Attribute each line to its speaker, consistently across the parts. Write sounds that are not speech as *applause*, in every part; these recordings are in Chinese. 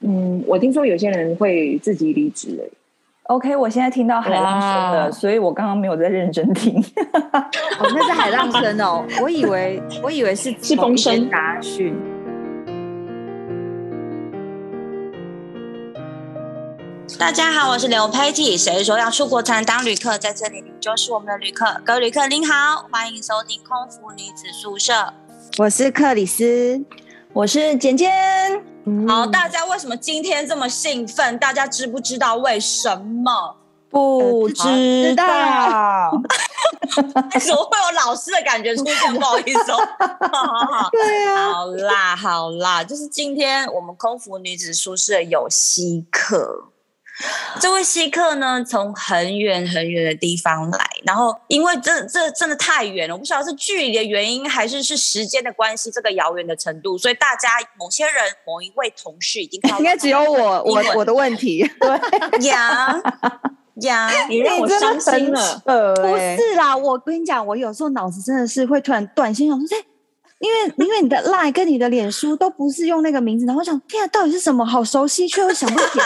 Speaker 1: 嗯，我听说有些人会自己离职、欸，
Speaker 2: OK，我现在听到海浪声了，
Speaker 3: 哇
Speaker 2: 所以我刚刚没有在认真听。
Speaker 4: 哦，那是海浪声哦，我以为我以为是
Speaker 1: 是风声
Speaker 4: 某一些杂讯。
Speaker 3: 大家好，我是刘佩蒂。谁说要出国才能当旅客？在这里，你就是我们的旅客。各位旅客您好，欢迎收听空服女子宿舍。
Speaker 4: 我是克里斯，
Speaker 2: 我是简简，嗯
Speaker 3: 好，大家为什么今天这么兴奋？大家知不知道为什么？
Speaker 2: 不知
Speaker 3: *laughs*
Speaker 4: 知
Speaker 2: 道
Speaker 4: 道，
Speaker 3: 为什么会有老师的感觉出现？不好意思哦。好好好，
Speaker 4: 对啊，
Speaker 3: 好啦好啦，就是今天我们空服女子宿舍有稀客。这位稀客呢，从很远很远的地方来，然后因为这这真的太远了，我不晓得是距离的原因，还是是时间的关系，这个遥远的程度，所以大家某些人某一位同事已经看到
Speaker 4: 应该只有我，我
Speaker 3: 英文
Speaker 4: 我的问题。
Speaker 3: 呀呀，
Speaker 4: *laughs*
Speaker 1: 你让我伤心了。
Speaker 2: 呃，
Speaker 4: 不是啦，我跟你讲，我有时候脑子真的是会突然断线，想说，哎、因为因为你的 line 跟你的脸书都不是用那个名字，然后我想，天啊，到底是什么？好熟悉，却又想不起来，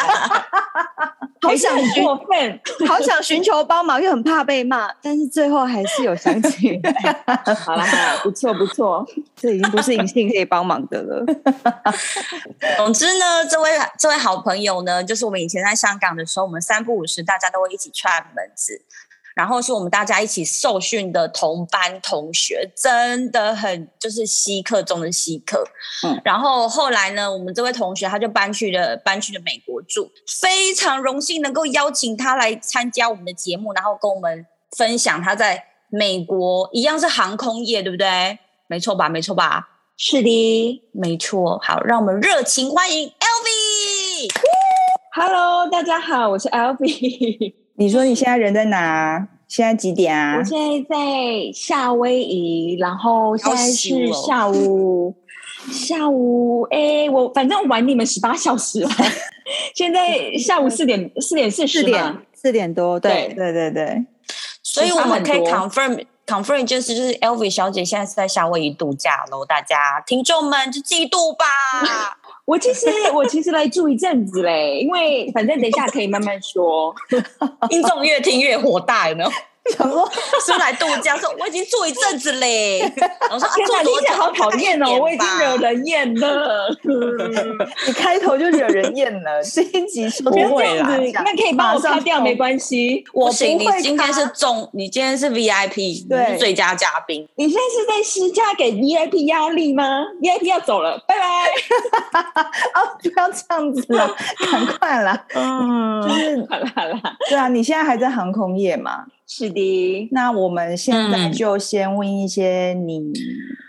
Speaker 4: 好想
Speaker 1: 很
Speaker 4: 寻
Speaker 1: 过 *laughs* 分，
Speaker 4: *laughs* 好想寻求帮忙，又很怕被骂，但是最后还是有想起来，
Speaker 1: 好了好了，不错不错，
Speaker 4: 这已经不是银杏可以帮忙的了。
Speaker 3: 总之呢，这位这位好朋友呢，就是我们以前在香港的时候，我们三不五时大家都会一起串门子，然后是我们大家一起受训的同班同学，真的很就是稀客中的稀客。
Speaker 2: 嗯
Speaker 3: 嗯，然后后来呢，我们这位同学他就搬去了搬去了美国住，非常荣幸能够邀请他来参加我们的节目，然后跟我们分享他在美国一样是航空业，对不对？没错吧？没错吧？是的，没错。好，让我们热情欢迎 LV。
Speaker 1: Hello，大家好，我是 L *laughs* B，
Speaker 2: 你说你现在人在哪？现在几点啊
Speaker 1: 我？现在在夏威夷，然后现在是
Speaker 3: 要死我
Speaker 1: 下午，下午哎、我反正晚你们十八小时了。现在下午四点四点四十
Speaker 4: 四
Speaker 1: 嘛
Speaker 4: 点，四点多，对
Speaker 1: 对
Speaker 2: 对对对，
Speaker 3: 所以我们可以
Speaker 1: 差很多
Speaker 3: confirm confirm 就是就是 LV 小姐现在是在夏威夷度假喽，大家听众们就嫉
Speaker 1: *laughs*
Speaker 3: 妒吧。
Speaker 1: 我其实我其实来住一阵子嘞，因为反正等一下可以慢慢 *laughs* 说。
Speaker 3: 听众越听越火大，有 *laughs* 没有？
Speaker 2: 想说
Speaker 3: 是不是来度假？说我已经住一阵子嘞。我说啊，
Speaker 1: 天
Speaker 3: 住
Speaker 1: 哪，
Speaker 3: 多
Speaker 1: 听起来
Speaker 3: 久？
Speaker 1: 好讨厌
Speaker 3: 快
Speaker 1: 哦！
Speaker 3: 点吧
Speaker 1: 我已经惹人厌了。
Speaker 2: 你开头就惹人厌了，这一集是不
Speaker 1: 不要这
Speaker 2: 会
Speaker 1: 样
Speaker 2: 啦
Speaker 1: 子，，那可以帮我
Speaker 2: 马上
Speaker 1: 擦掉，
Speaker 2: 就
Speaker 1: 没关系。
Speaker 3: 不
Speaker 2: 我
Speaker 3: 行，
Speaker 2: 不
Speaker 3: 你
Speaker 2: 会
Speaker 3: 今天是
Speaker 2: 卡
Speaker 3: 重，你今天是 VIP，你
Speaker 2: 对
Speaker 3: 是最佳嘉宾。
Speaker 1: 你现在是在施加给 VIP 压力吗？VIP 要走了，拜拜。
Speaker 2: 啊，不要这样子了，赶快啦！
Speaker 3: 嗯，
Speaker 1: 好啦好啦，
Speaker 2: 对啊，你现在还在航空业嘛？
Speaker 1: 是的，
Speaker 2: 那我们现在
Speaker 3: 嗯
Speaker 2: 就先问一些你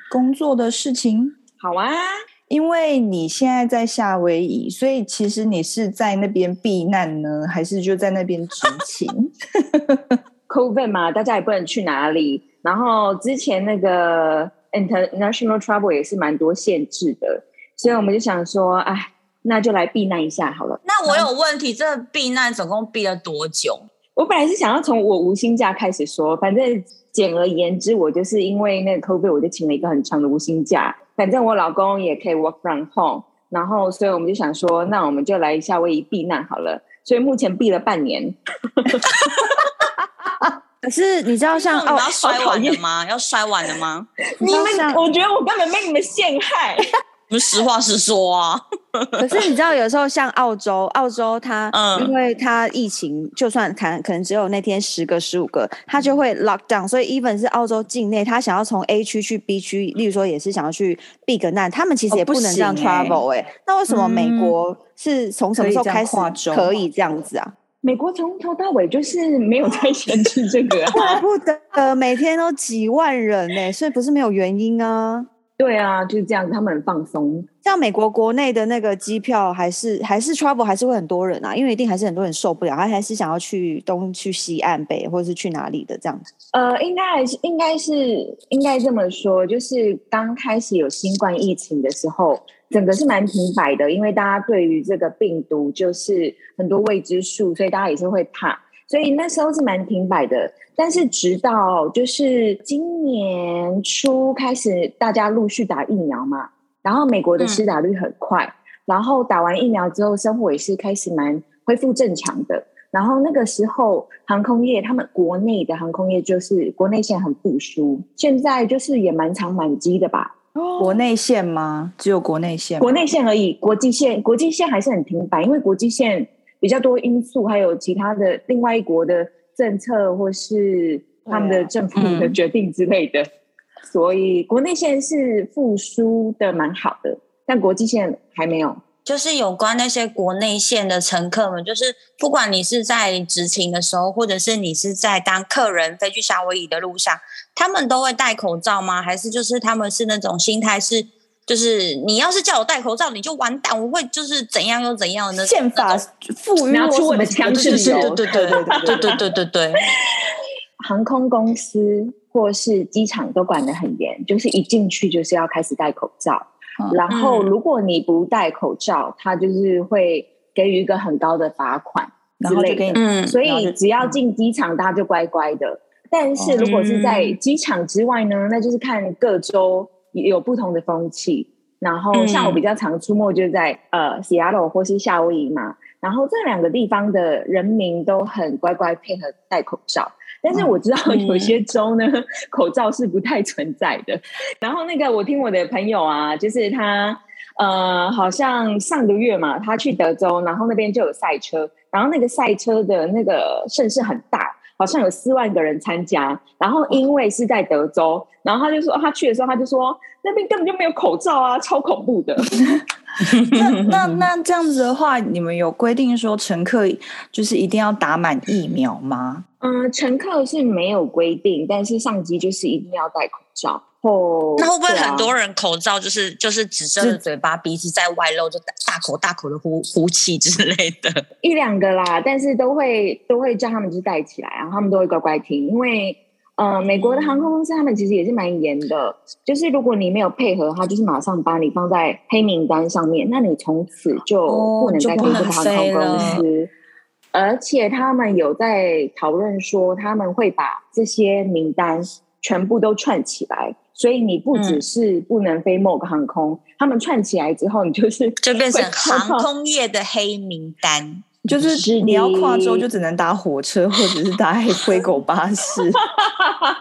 Speaker 2: 工作的事情。
Speaker 1: 好啊。
Speaker 2: 因为你现在在夏威夷，所以其实你是在那边避难呢，还是就在那边执勤？
Speaker 1: COVID 嘛，大家也不能去哪里。然后之前那个 international travel 也是蛮多限制的，所以我们就想说，哎，那就来避难一下好了。
Speaker 3: 那我有问题，这避难总共避了多久？
Speaker 1: 我本来是想要从我无薪假开始说，反正简而言之，我就是因为那个 COVID，我就请了一个很长的无薪假。反正我老公也可以 work from home，然后所以我们就想说，那我们就来夏威夷避难好了。所以目前避了半年，
Speaker 4: 可是你知道像
Speaker 3: 那你
Speaker 4: 澳
Speaker 3: 们要摔碗的吗？要摔碗的吗？
Speaker 1: 你
Speaker 4: 知道
Speaker 1: 们
Speaker 4: 像
Speaker 1: 我觉得我根本被你们陷害。
Speaker 3: 我们实话实说啊。
Speaker 4: 可是你知道，有时候像澳洲，澳洲它、
Speaker 3: 嗯
Speaker 4: 因为它疫情，就算可能可能只有那天十个、十五个，它就
Speaker 2: 嗯
Speaker 4: 会 lock down。所以 even 是澳洲境内，他想要从 A 区去 B 区，例如说也是想要去避个难，他们其实
Speaker 2: 哦
Speaker 4: 也
Speaker 2: 不
Speaker 4: 不能这样
Speaker 2: 行欸
Speaker 4: travel 哎、那为什么美
Speaker 2: 嗯
Speaker 4: 国是从什么时候
Speaker 2: 可以这样
Speaker 4: 开始
Speaker 2: 跨州
Speaker 4: 可以这样子啊？
Speaker 1: 美国从头到尾就是没有在 *laughs* 限制这个、啊。 *laughs*
Speaker 4: 怪不得每天都几万人呢、欸所以不是没有原因啊。
Speaker 1: 对啊，就是这样，他们很放松。
Speaker 4: 像美国国内的那个机票还是还是 travel 还是会很多人啊，因为一定还是很多人受不了，他还是想要去东去西岸北，或者是去哪里的这样子。
Speaker 1: 呃，应该还是应该是应该这么说，就是刚开始有新冠疫情的时候，整个是蛮停摆的，因为大家对于这个病毒就是很多未知数，所以大家也是会怕，所以那时候是蛮停摆的。但是直到就是今年初开始，大家陆续打疫苗嘛，然后美国的施打率很快。然后打完疫苗之后，生活也是开始蛮恢复正常的。然后那个时候，航空业他们国内的航空业就是国内线很不输，现在就是也蛮常满机的吧，
Speaker 2: 国内线吗？只有国内线吗？
Speaker 1: 国内线而已，国际线国际线还是很停摆，因为国际线比较多因素，还有其他的另外一国的政策或是他
Speaker 2: 啊
Speaker 1: 们的政府的
Speaker 3: 嗯
Speaker 1: 决定之类的，所以国内线是复苏的蛮好的，但国际线还没有。
Speaker 3: 就是有关那些国内线的乘客们，就是不管你是在执勤的时候，或者是你是在当客人飞去夏威夷的路上，他们都会戴口罩吗？还是就是他们是那种心态是，就是你要是叫我戴口罩，你就完蛋，我会就是怎样又怎样的那种
Speaker 2: 宪法赋予
Speaker 1: 拿
Speaker 2: 我
Speaker 1: 出我的
Speaker 2: 什么
Speaker 1: 强制
Speaker 2: 自由
Speaker 1: 力
Speaker 3: 对对对对对对对对对，
Speaker 1: 航空公司或是机场都管得很严，就是一进去就是要开始戴口罩。
Speaker 2: 嗯
Speaker 1: 然后，
Speaker 3: 嗯
Speaker 1: 如果你不戴口罩，他就是会给予一个很高的罚款之
Speaker 2: 然后就
Speaker 1: 类
Speaker 2: 给
Speaker 1: 的。
Speaker 2: 你
Speaker 3: 嗯，
Speaker 1: 所
Speaker 2: 然后就哦
Speaker 1: 以只要进机场，大家就乖乖的。但是如果是在机场之外呢，那就是看各州有不同的风气。然后
Speaker 3: 嗯
Speaker 1: 像我比较常出没就是在、呃 Seattle 或是夏威夷嘛，然后这两个地方的人民都很乖乖配合戴口罩。但是我知道
Speaker 3: 嗯
Speaker 1: 有些州呢，口罩是不太存在的。然后那个我听我的朋友啊，就是他呃，好像上个月嘛，他去德州，然后那边就有赛车，然后那个赛车的那个盛世很大，好像有四万个人参加。然
Speaker 3: 哦
Speaker 1: 后因为是在德州，然后他就说他去的时候，他就说那边根本就没有口罩啊，超恐怖 *laughs* 的。
Speaker 2: 那那那这样子的话，你们有规定说乘客就是一定要打满疫苗吗？
Speaker 1: 嗯，乘客是没有规定，但是上机就是一定要戴口罩。后
Speaker 3: 那会不会
Speaker 1: 对啊
Speaker 3: 很多人口罩就是就是只遮着嘴巴，鼻子在外露，就大大口大口的呼呼气之类的？
Speaker 1: 一两个啦，但是都会都会叫他们就是戴起来，然后他们都会乖乖听，因为呃，美国的航空公司他们其实也是蛮严的，就是如果你没有配合，他就是马上把你放在黑名单上面，那你从此就
Speaker 2: 哦
Speaker 1: 不能再
Speaker 2: 就
Speaker 1: 飞这
Speaker 2: 不
Speaker 1: 个
Speaker 3: 能
Speaker 1: 航
Speaker 3: 飞
Speaker 1: 空
Speaker 3: 了
Speaker 1: 公司。而且他们有在讨论说，他们会把这些名单全部都串起来，所以你不只
Speaker 3: 嗯
Speaker 1: 是不能飞某个航空，他们串起来之后，你就是
Speaker 3: 就变成
Speaker 1: 会抽到
Speaker 3: 航
Speaker 1: *laughs*
Speaker 3: 空业的黑名单。
Speaker 2: 就是
Speaker 1: 是
Speaker 2: 你要
Speaker 1: 的
Speaker 2: 跨州，就只能搭火车或者是搭灰狗巴士。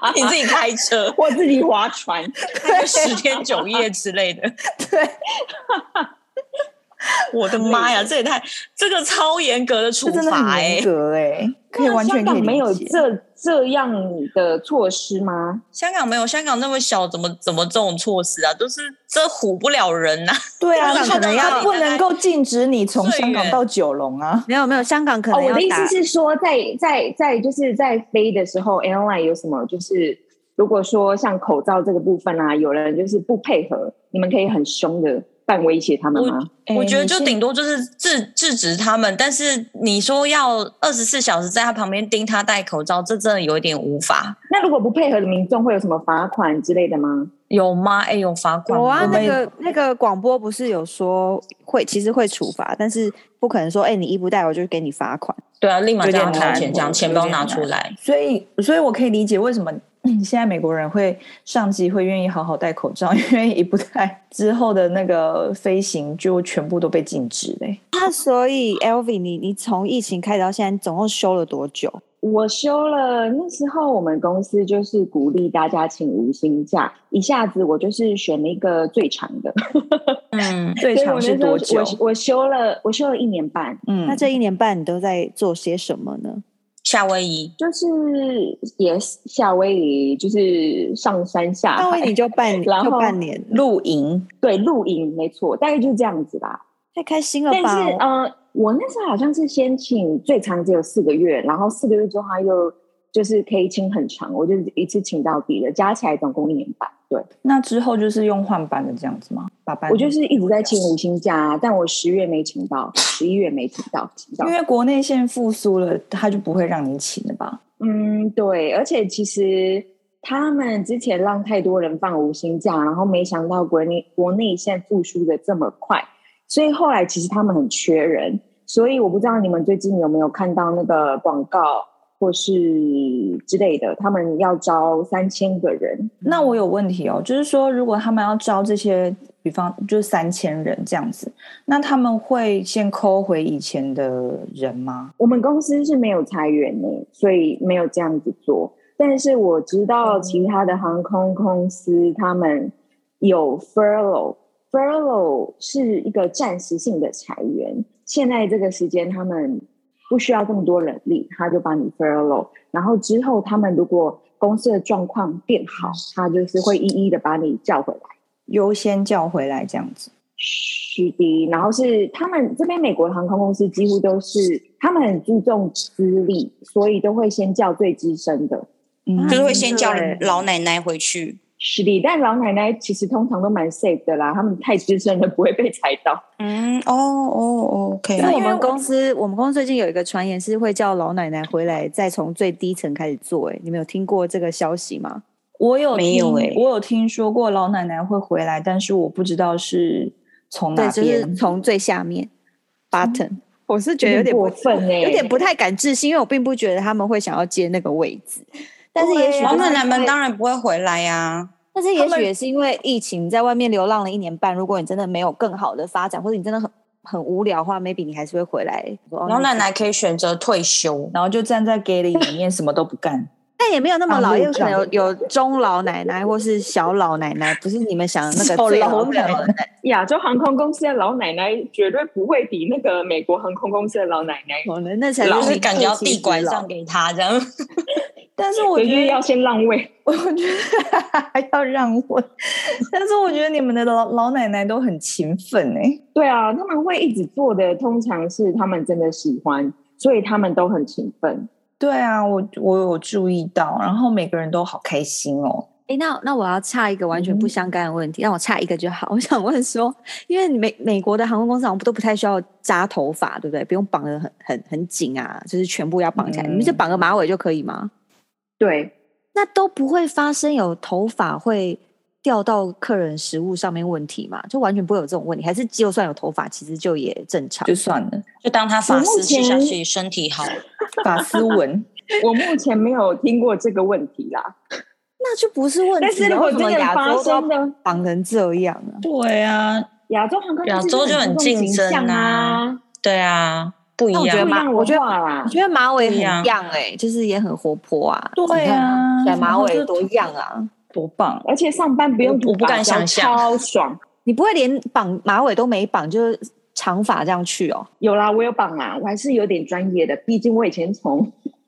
Speaker 2: 啊
Speaker 3: 你自己开
Speaker 2: *laughs*
Speaker 3: 车
Speaker 1: 我自己划船。
Speaker 3: 十天九夜之类的。
Speaker 2: *laughs* 对，
Speaker 3: 我的妈呀，这也太这个超严格的处
Speaker 2: 这真的
Speaker 3: 罚
Speaker 2: 很
Speaker 3: 哎、
Speaker 2: 严格哎、可以
Speaker 1: 那
Speaker 2: 完
Speaker 1: 啊香
Speaker 2: 全可以
Speaker 1: 港
Speaker 2: 理解。
Speaker 1: 没有这这样的措施吗？
Speaker 3: 香港没有，香港那么小，怎么怎么这种措施啊？就是这唬不了人呐、
Speaker 2: 对啊，可能
Speaker 3: 香港可能
Speaker 2: 要
Speaker 3: 要
Speaker 2: 不能够禁止你从
Speaker 3: 最
Speaker 2: 香港
Speaker 3: 远
Speaker 2: 到九龙啊。
Speaker 4: 没有没有，香港可
Speaker 1: 哦，
Speaker 4: 能
Speaker 1: 我
Speaker 4: 要
Speaker 1: 的意
Speaker 4: 打
Speaker 1: 思是说在，在在就是在飞的时候，airline 有什么就是，如果说像口罩这个部分啊，有人就是不配合，你们可以很凶的办威胁他们吗？
Speaker 3: 我觉得
Speaker 2: 哎
Speaker 3: 就
Speaker 2: 你
Speaker 3: 顶多就是制制止他们，但是你说要二十四小时在他旁边盯他戴口罩，这真的有一点无法。
Speaker 1: 那如果不配合的民众会有什么罚款之类的吗？
Speaker 3: 有吗？哎，有罚款
Speaker 4: 有
Speaker 3: 吗？
Speaker 4: 啊，
Speaker 2: 我
Speaker 4: 那
Speaker 2: 们
Speaker 4: 个那个广播不是有说会，其实会处罚，但是不可能说，哎、你衣不带我就给你罚款。
Speaker 3: 对啊，立马
Speaker 2: 有
Speaker 3: 叫
Speaker 2: 点
Speaker 3: 他掏
Speaker 2: 难
Speaker 3: 钱，
Speaker 2: 哦
Speaker 3: 将钱
Speaker 2: 有
Speaker 3: 包
Speaker 2: 点
Speaker 3: 拿出
Speaker 2: 难
Speaker 3: 来。
Speaker 2: 所以，所以我可以理解为什么嗯现在美国人会上机会愿意好好戴口罩， *laughs* 因为一不戴之后的那个飞行就全部都被禁止嘞、
Speaker 4: 那所以 l v 你你从疫情开始到现在，总共休了多久？
Speaker 1: 我休了，那时候我们公司就是鼓励大家请无薪假，一下子我就是选了一个最长的，
Speaker 3: 嗯，
Speaker 2: 最
Speaker 1: 所以我那
Speaker 2: 长是
Speaker 1: 时候
Speaker 2: 多久？
Speaker 1: 我我休了，我休了一年半，
Speaker 2: 嗯，
Speaker 4: 那这一年半你都在做些什么呢？
Speaker 3: 夏威夷
Speaker 1: 就是也是夏威夷，就是上山下
Speaker 4: 那
Speaker 1: 海，
Speaker 4: 为你就 *laughs* 半
Speaker 1: 然
Speaker 4: 就
Speaker 1: 后
Speaker 4: 半年，
Speaker 2: 露营
Speaker 1: 对露营没错，大概就是这样子吧。
Speaker 4: 太开心了
Speaker 1: 但
Speaker 4: 吧？
Speaker 1: 是呃，我那时候好像是先请最长只有四个月，然后四个月之后他又就是可以请很长，我就一次请到底了，加起来总共一年半。对
Speaker 2: 那之后就是用换班的这样子吗？把班
Speaker 1: 我就是一直在请五星假、啊，但我十月没请到，十一月没请到，请到
Speaker 2: 因为国内线复苏了，他就不会让你请了吧？
Speaker 1: 嗯，对，而且其实他们之前让太多人放无薪假，然后没想到国内国内现在复苏的这么快，所以后来其实他们很缺人，所以我不知道你们最近有没有看到那个广告或是之类的，他们要招三千个人，
Speaker 2: 那我有问题哦，就是说，如果他们要招这些，比比方就是三千人这样子，那他们会先抠回以前的人吗？
Speaker 1: 我们公司是没有裁员的，所以没有这样子做。但是我知道其他的航空公司他们有 furlough，furlough 是一个暂时性的裁员。现在这个时间他们不需要这么多人力，他就把你 furlough，然后之后他们如果公司的状况变好，他就是会一一的把你叫回来。
Speaker 2: 优先叫回来这样子。
Speaker 1: 是的，然后是他们这边美国的航空公司几乎都是他们很注重资历，所以都会先叫最资深的。
Speaker 2: 嗯
Speaker 3: 就是会先叫
Speaker 1: 对
Speaker 3: 老奶奶回去。
Speaker 1: 是的，但老奶奶其实通常都蛮 safe 的啦，他们太资深了不会被踩到。
Speaker 3: 嗯，哦哦，OK，
Speaker 4: 因为我们
Speaker 3: 公
Speaker 4: 公司，我们公司最近有一个传言是会叫老奶奶回来，再从最低层开始做、欸。你们有听过这个消息吗？
Speaker 2: 我有
Speaker 3: 没有
Speaker 2: 听
Speaker 3: 欸
Speaker 2: 我有听说过老奶奶会回来，但是我不知道是从
Speaker 4: 对，
Speaker 2: 哪
Speaker 4: 就是
Speaker 2: 边。
Speaker 4: 从最下面 button。我嗯是觉得有点
Speaker 1: 过
Speaker 4: 不
Speaker 1: 分哎、
Speaker 4: *laughs* 有点不太敢置信，因为我并不觉得他们会想要接那个位置。但是也许
Speaker 3: 老
Speaker 4: 就是
Speaker 3: 奶奶
Speaker 4: 因
Speaker 3: 们
Speaker 4: 为
Speaker 3: 当然不会回来呀、
Speaker 4: 但是也
Speaker 2: 他们
Speaker 4: 许也是因为疫情，在外面流浪了一年半。如果你真的没有更好的发展，或者你真的很很无聊的话，maybe 你还是会回来。说哦
Speaker 3: 老奶，
Speaker 4: 那
Speaker 3: 奶可以选择退休。
Speaker 2: 然后就站在 galley 里面什么都不 *laughs* 干，
Speaker 4: 但也没有那么
Speaker 2: 当
Speaker 4: 老，
Speaker 2: 啊路
Speaker 4: 也有可能有
Speaker 2: 障
Speaker 4: 有中老奶奶或是小老奶奶，不是你们想的那个
Speaker 2: 小
Speaker 4: 最
Speaker 2: 老
Speaker 4: 老
Speaker 2: 奶
Speaker 4: 奶
Speaker 2: 奶
Speaker 4: 奶。
Speaker 1: 亚洲航空公司的老奶奶绝对不会比那个美国航空公司的老奶奶，
Speaker 4: 可能哦那才
Speaker 1: 老
Speaker 4: 是
Speaker 3: 你感觉要递拐
Speaker 4: 老
Speaker 3: 杖给他这样，
Speaker 2: 但是我
Speaker 1: 就
Speaker 2: 觉
Speaker 1: 是
Speaker 2: 得
Speaker 1: 要先让位。
Speaker 2: 我觉得要让位， *laughs* 但是我觉得你们的老老奶奶都很勤奋哎、
Speaker 1: 对啊，他们会一直做的，通常是他们真的喜欢，所以他们都很勤奋。
Speaker 2: 对啊，我我有注意到，然后每个人都好开心哦。
Speaker 4: 哎，那那我要差一个完全不
Speaker 2: 嗯
Speaker 4: 相干的问题，让我差一个就好。 *laughs* 我想问说，因为美美国的航空公司好像都不太需要扎头发，对不对？不用绑得很很很紧啊，就是全部要绑起来，你们就
Speaker 2: 嗯
Speaker 4: 绑个马尾就可以吗？
Speaker 1: 对，
Speaker 4: 那都不会发生有头发会掉到客人食物上面问题嘛？就完全不会有这种问题，还是就算有头发，其实就也正常
Speaker 2: 就。算 *laughs* 了，
Speaker 3: 就当他
Speaker 1: 我
Speaker 3: 法
Speaker 1: 目
Speaker 3: 师吃下
Speaker 1: 前
Speaker 3: 去，身体好。
Speaker 2: 法斯文
Speaker 1: 我目前没有听过这个问题啦，
Speaker 4: 那就不是问题啊。
Speaker 1: 但是如果
Speaker 4: 为什
Speaker 1: 真
Speaker 4: 么
Speaker 1: 的
Speaker 4: 亚
Speaker 1: 发
Speaker 4: 洲都要
Speaker 1: 生的，
Speaker 4: 绑成这样啊？
Speaker 2: 对啊，
Speaker 1: 亚洲航空
Speaker 3: 亚洲就很竞争
Speaker 1: 啊，
Speaker 3: 啊对啊，不一
Speaker 4: 那我觉
Speaker 1: 不
Speaker 4: 得
Speaker 1: 一
Speaker 3: 样。
Speaker 4: 马
Speaker 1: 样
Speaker 4: 我觉
Speaker 1: 文
Speaker 4: 得
Speaker 1: 化啦
Speaker 4: 我。觉得马尾
Speaker 3: 不
Speaker 4: 很
Speaker 3: 一样
Speaker 4: 样哎、就是也很活泼啊。
Speaker 2: 对
Speaker 4: 你看
Speaker 2: 啊
Speaker 4: 甩马
Speaker 2: 然后
Speaker 4: 尾
Speaker 2: 就
Speaker 4: 多样啊！
Speaker 2: 多棒！
Speaker 1: 而且上班不
Speaker 3: 我
Speaker 1: 用
Speaker 3: 我不敢想象
Speaker 1: 超爽。
Speaker 4: 你不会连绑马尾都没绑，就是长发这样去哦？
Speaker 1: 有啦，我有绑啦，我还是有点专业的，毕竟我以前
Speaker 3: *laughs*
Speaker 1: 从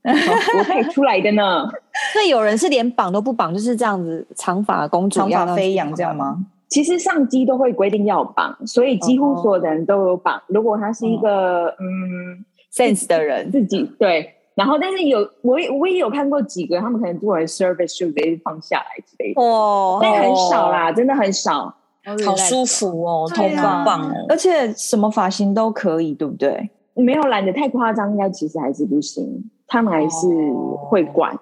Speaker 1: 国泰出来的呢。
Speaker 4: 所以有人是连绑都不绑，就是这样子长发公主
Speaker 2: 长
Speaker 4: 一样
Speaker 2: 发
Speaker 4: 这
Speaker 2: 飞
Speaker 4: 去
Speaker 2: 扬
Speaker 4: 绑
Speaker 2: 这样？吗？
Speaker 1: 其实上机都会规定要绑，所以几
Speaker 3: 哦
Speaker 1: 乎所有的人都有绑。如果他是一个嗯
Speaker 4: sense 的人，
Speaker 1: 自己对，然后但是有我也我也有看过几个，他们可能做完 service 就直接放下来之类的，
Speaker 4: 哦
Speaker 1: 但很少，啦，真的很少。
Speaker 3: 好舒服哦，头
Speaker 2: 对啊
Speaker 3: 发棒哦，
Speaker 2: 而且什么发型都可以，对不对？
Speaker 1: 没有懒得太夸张，应该其实还是不行，他们还是
Speaker 2: 哦
Speaker 1: 会管。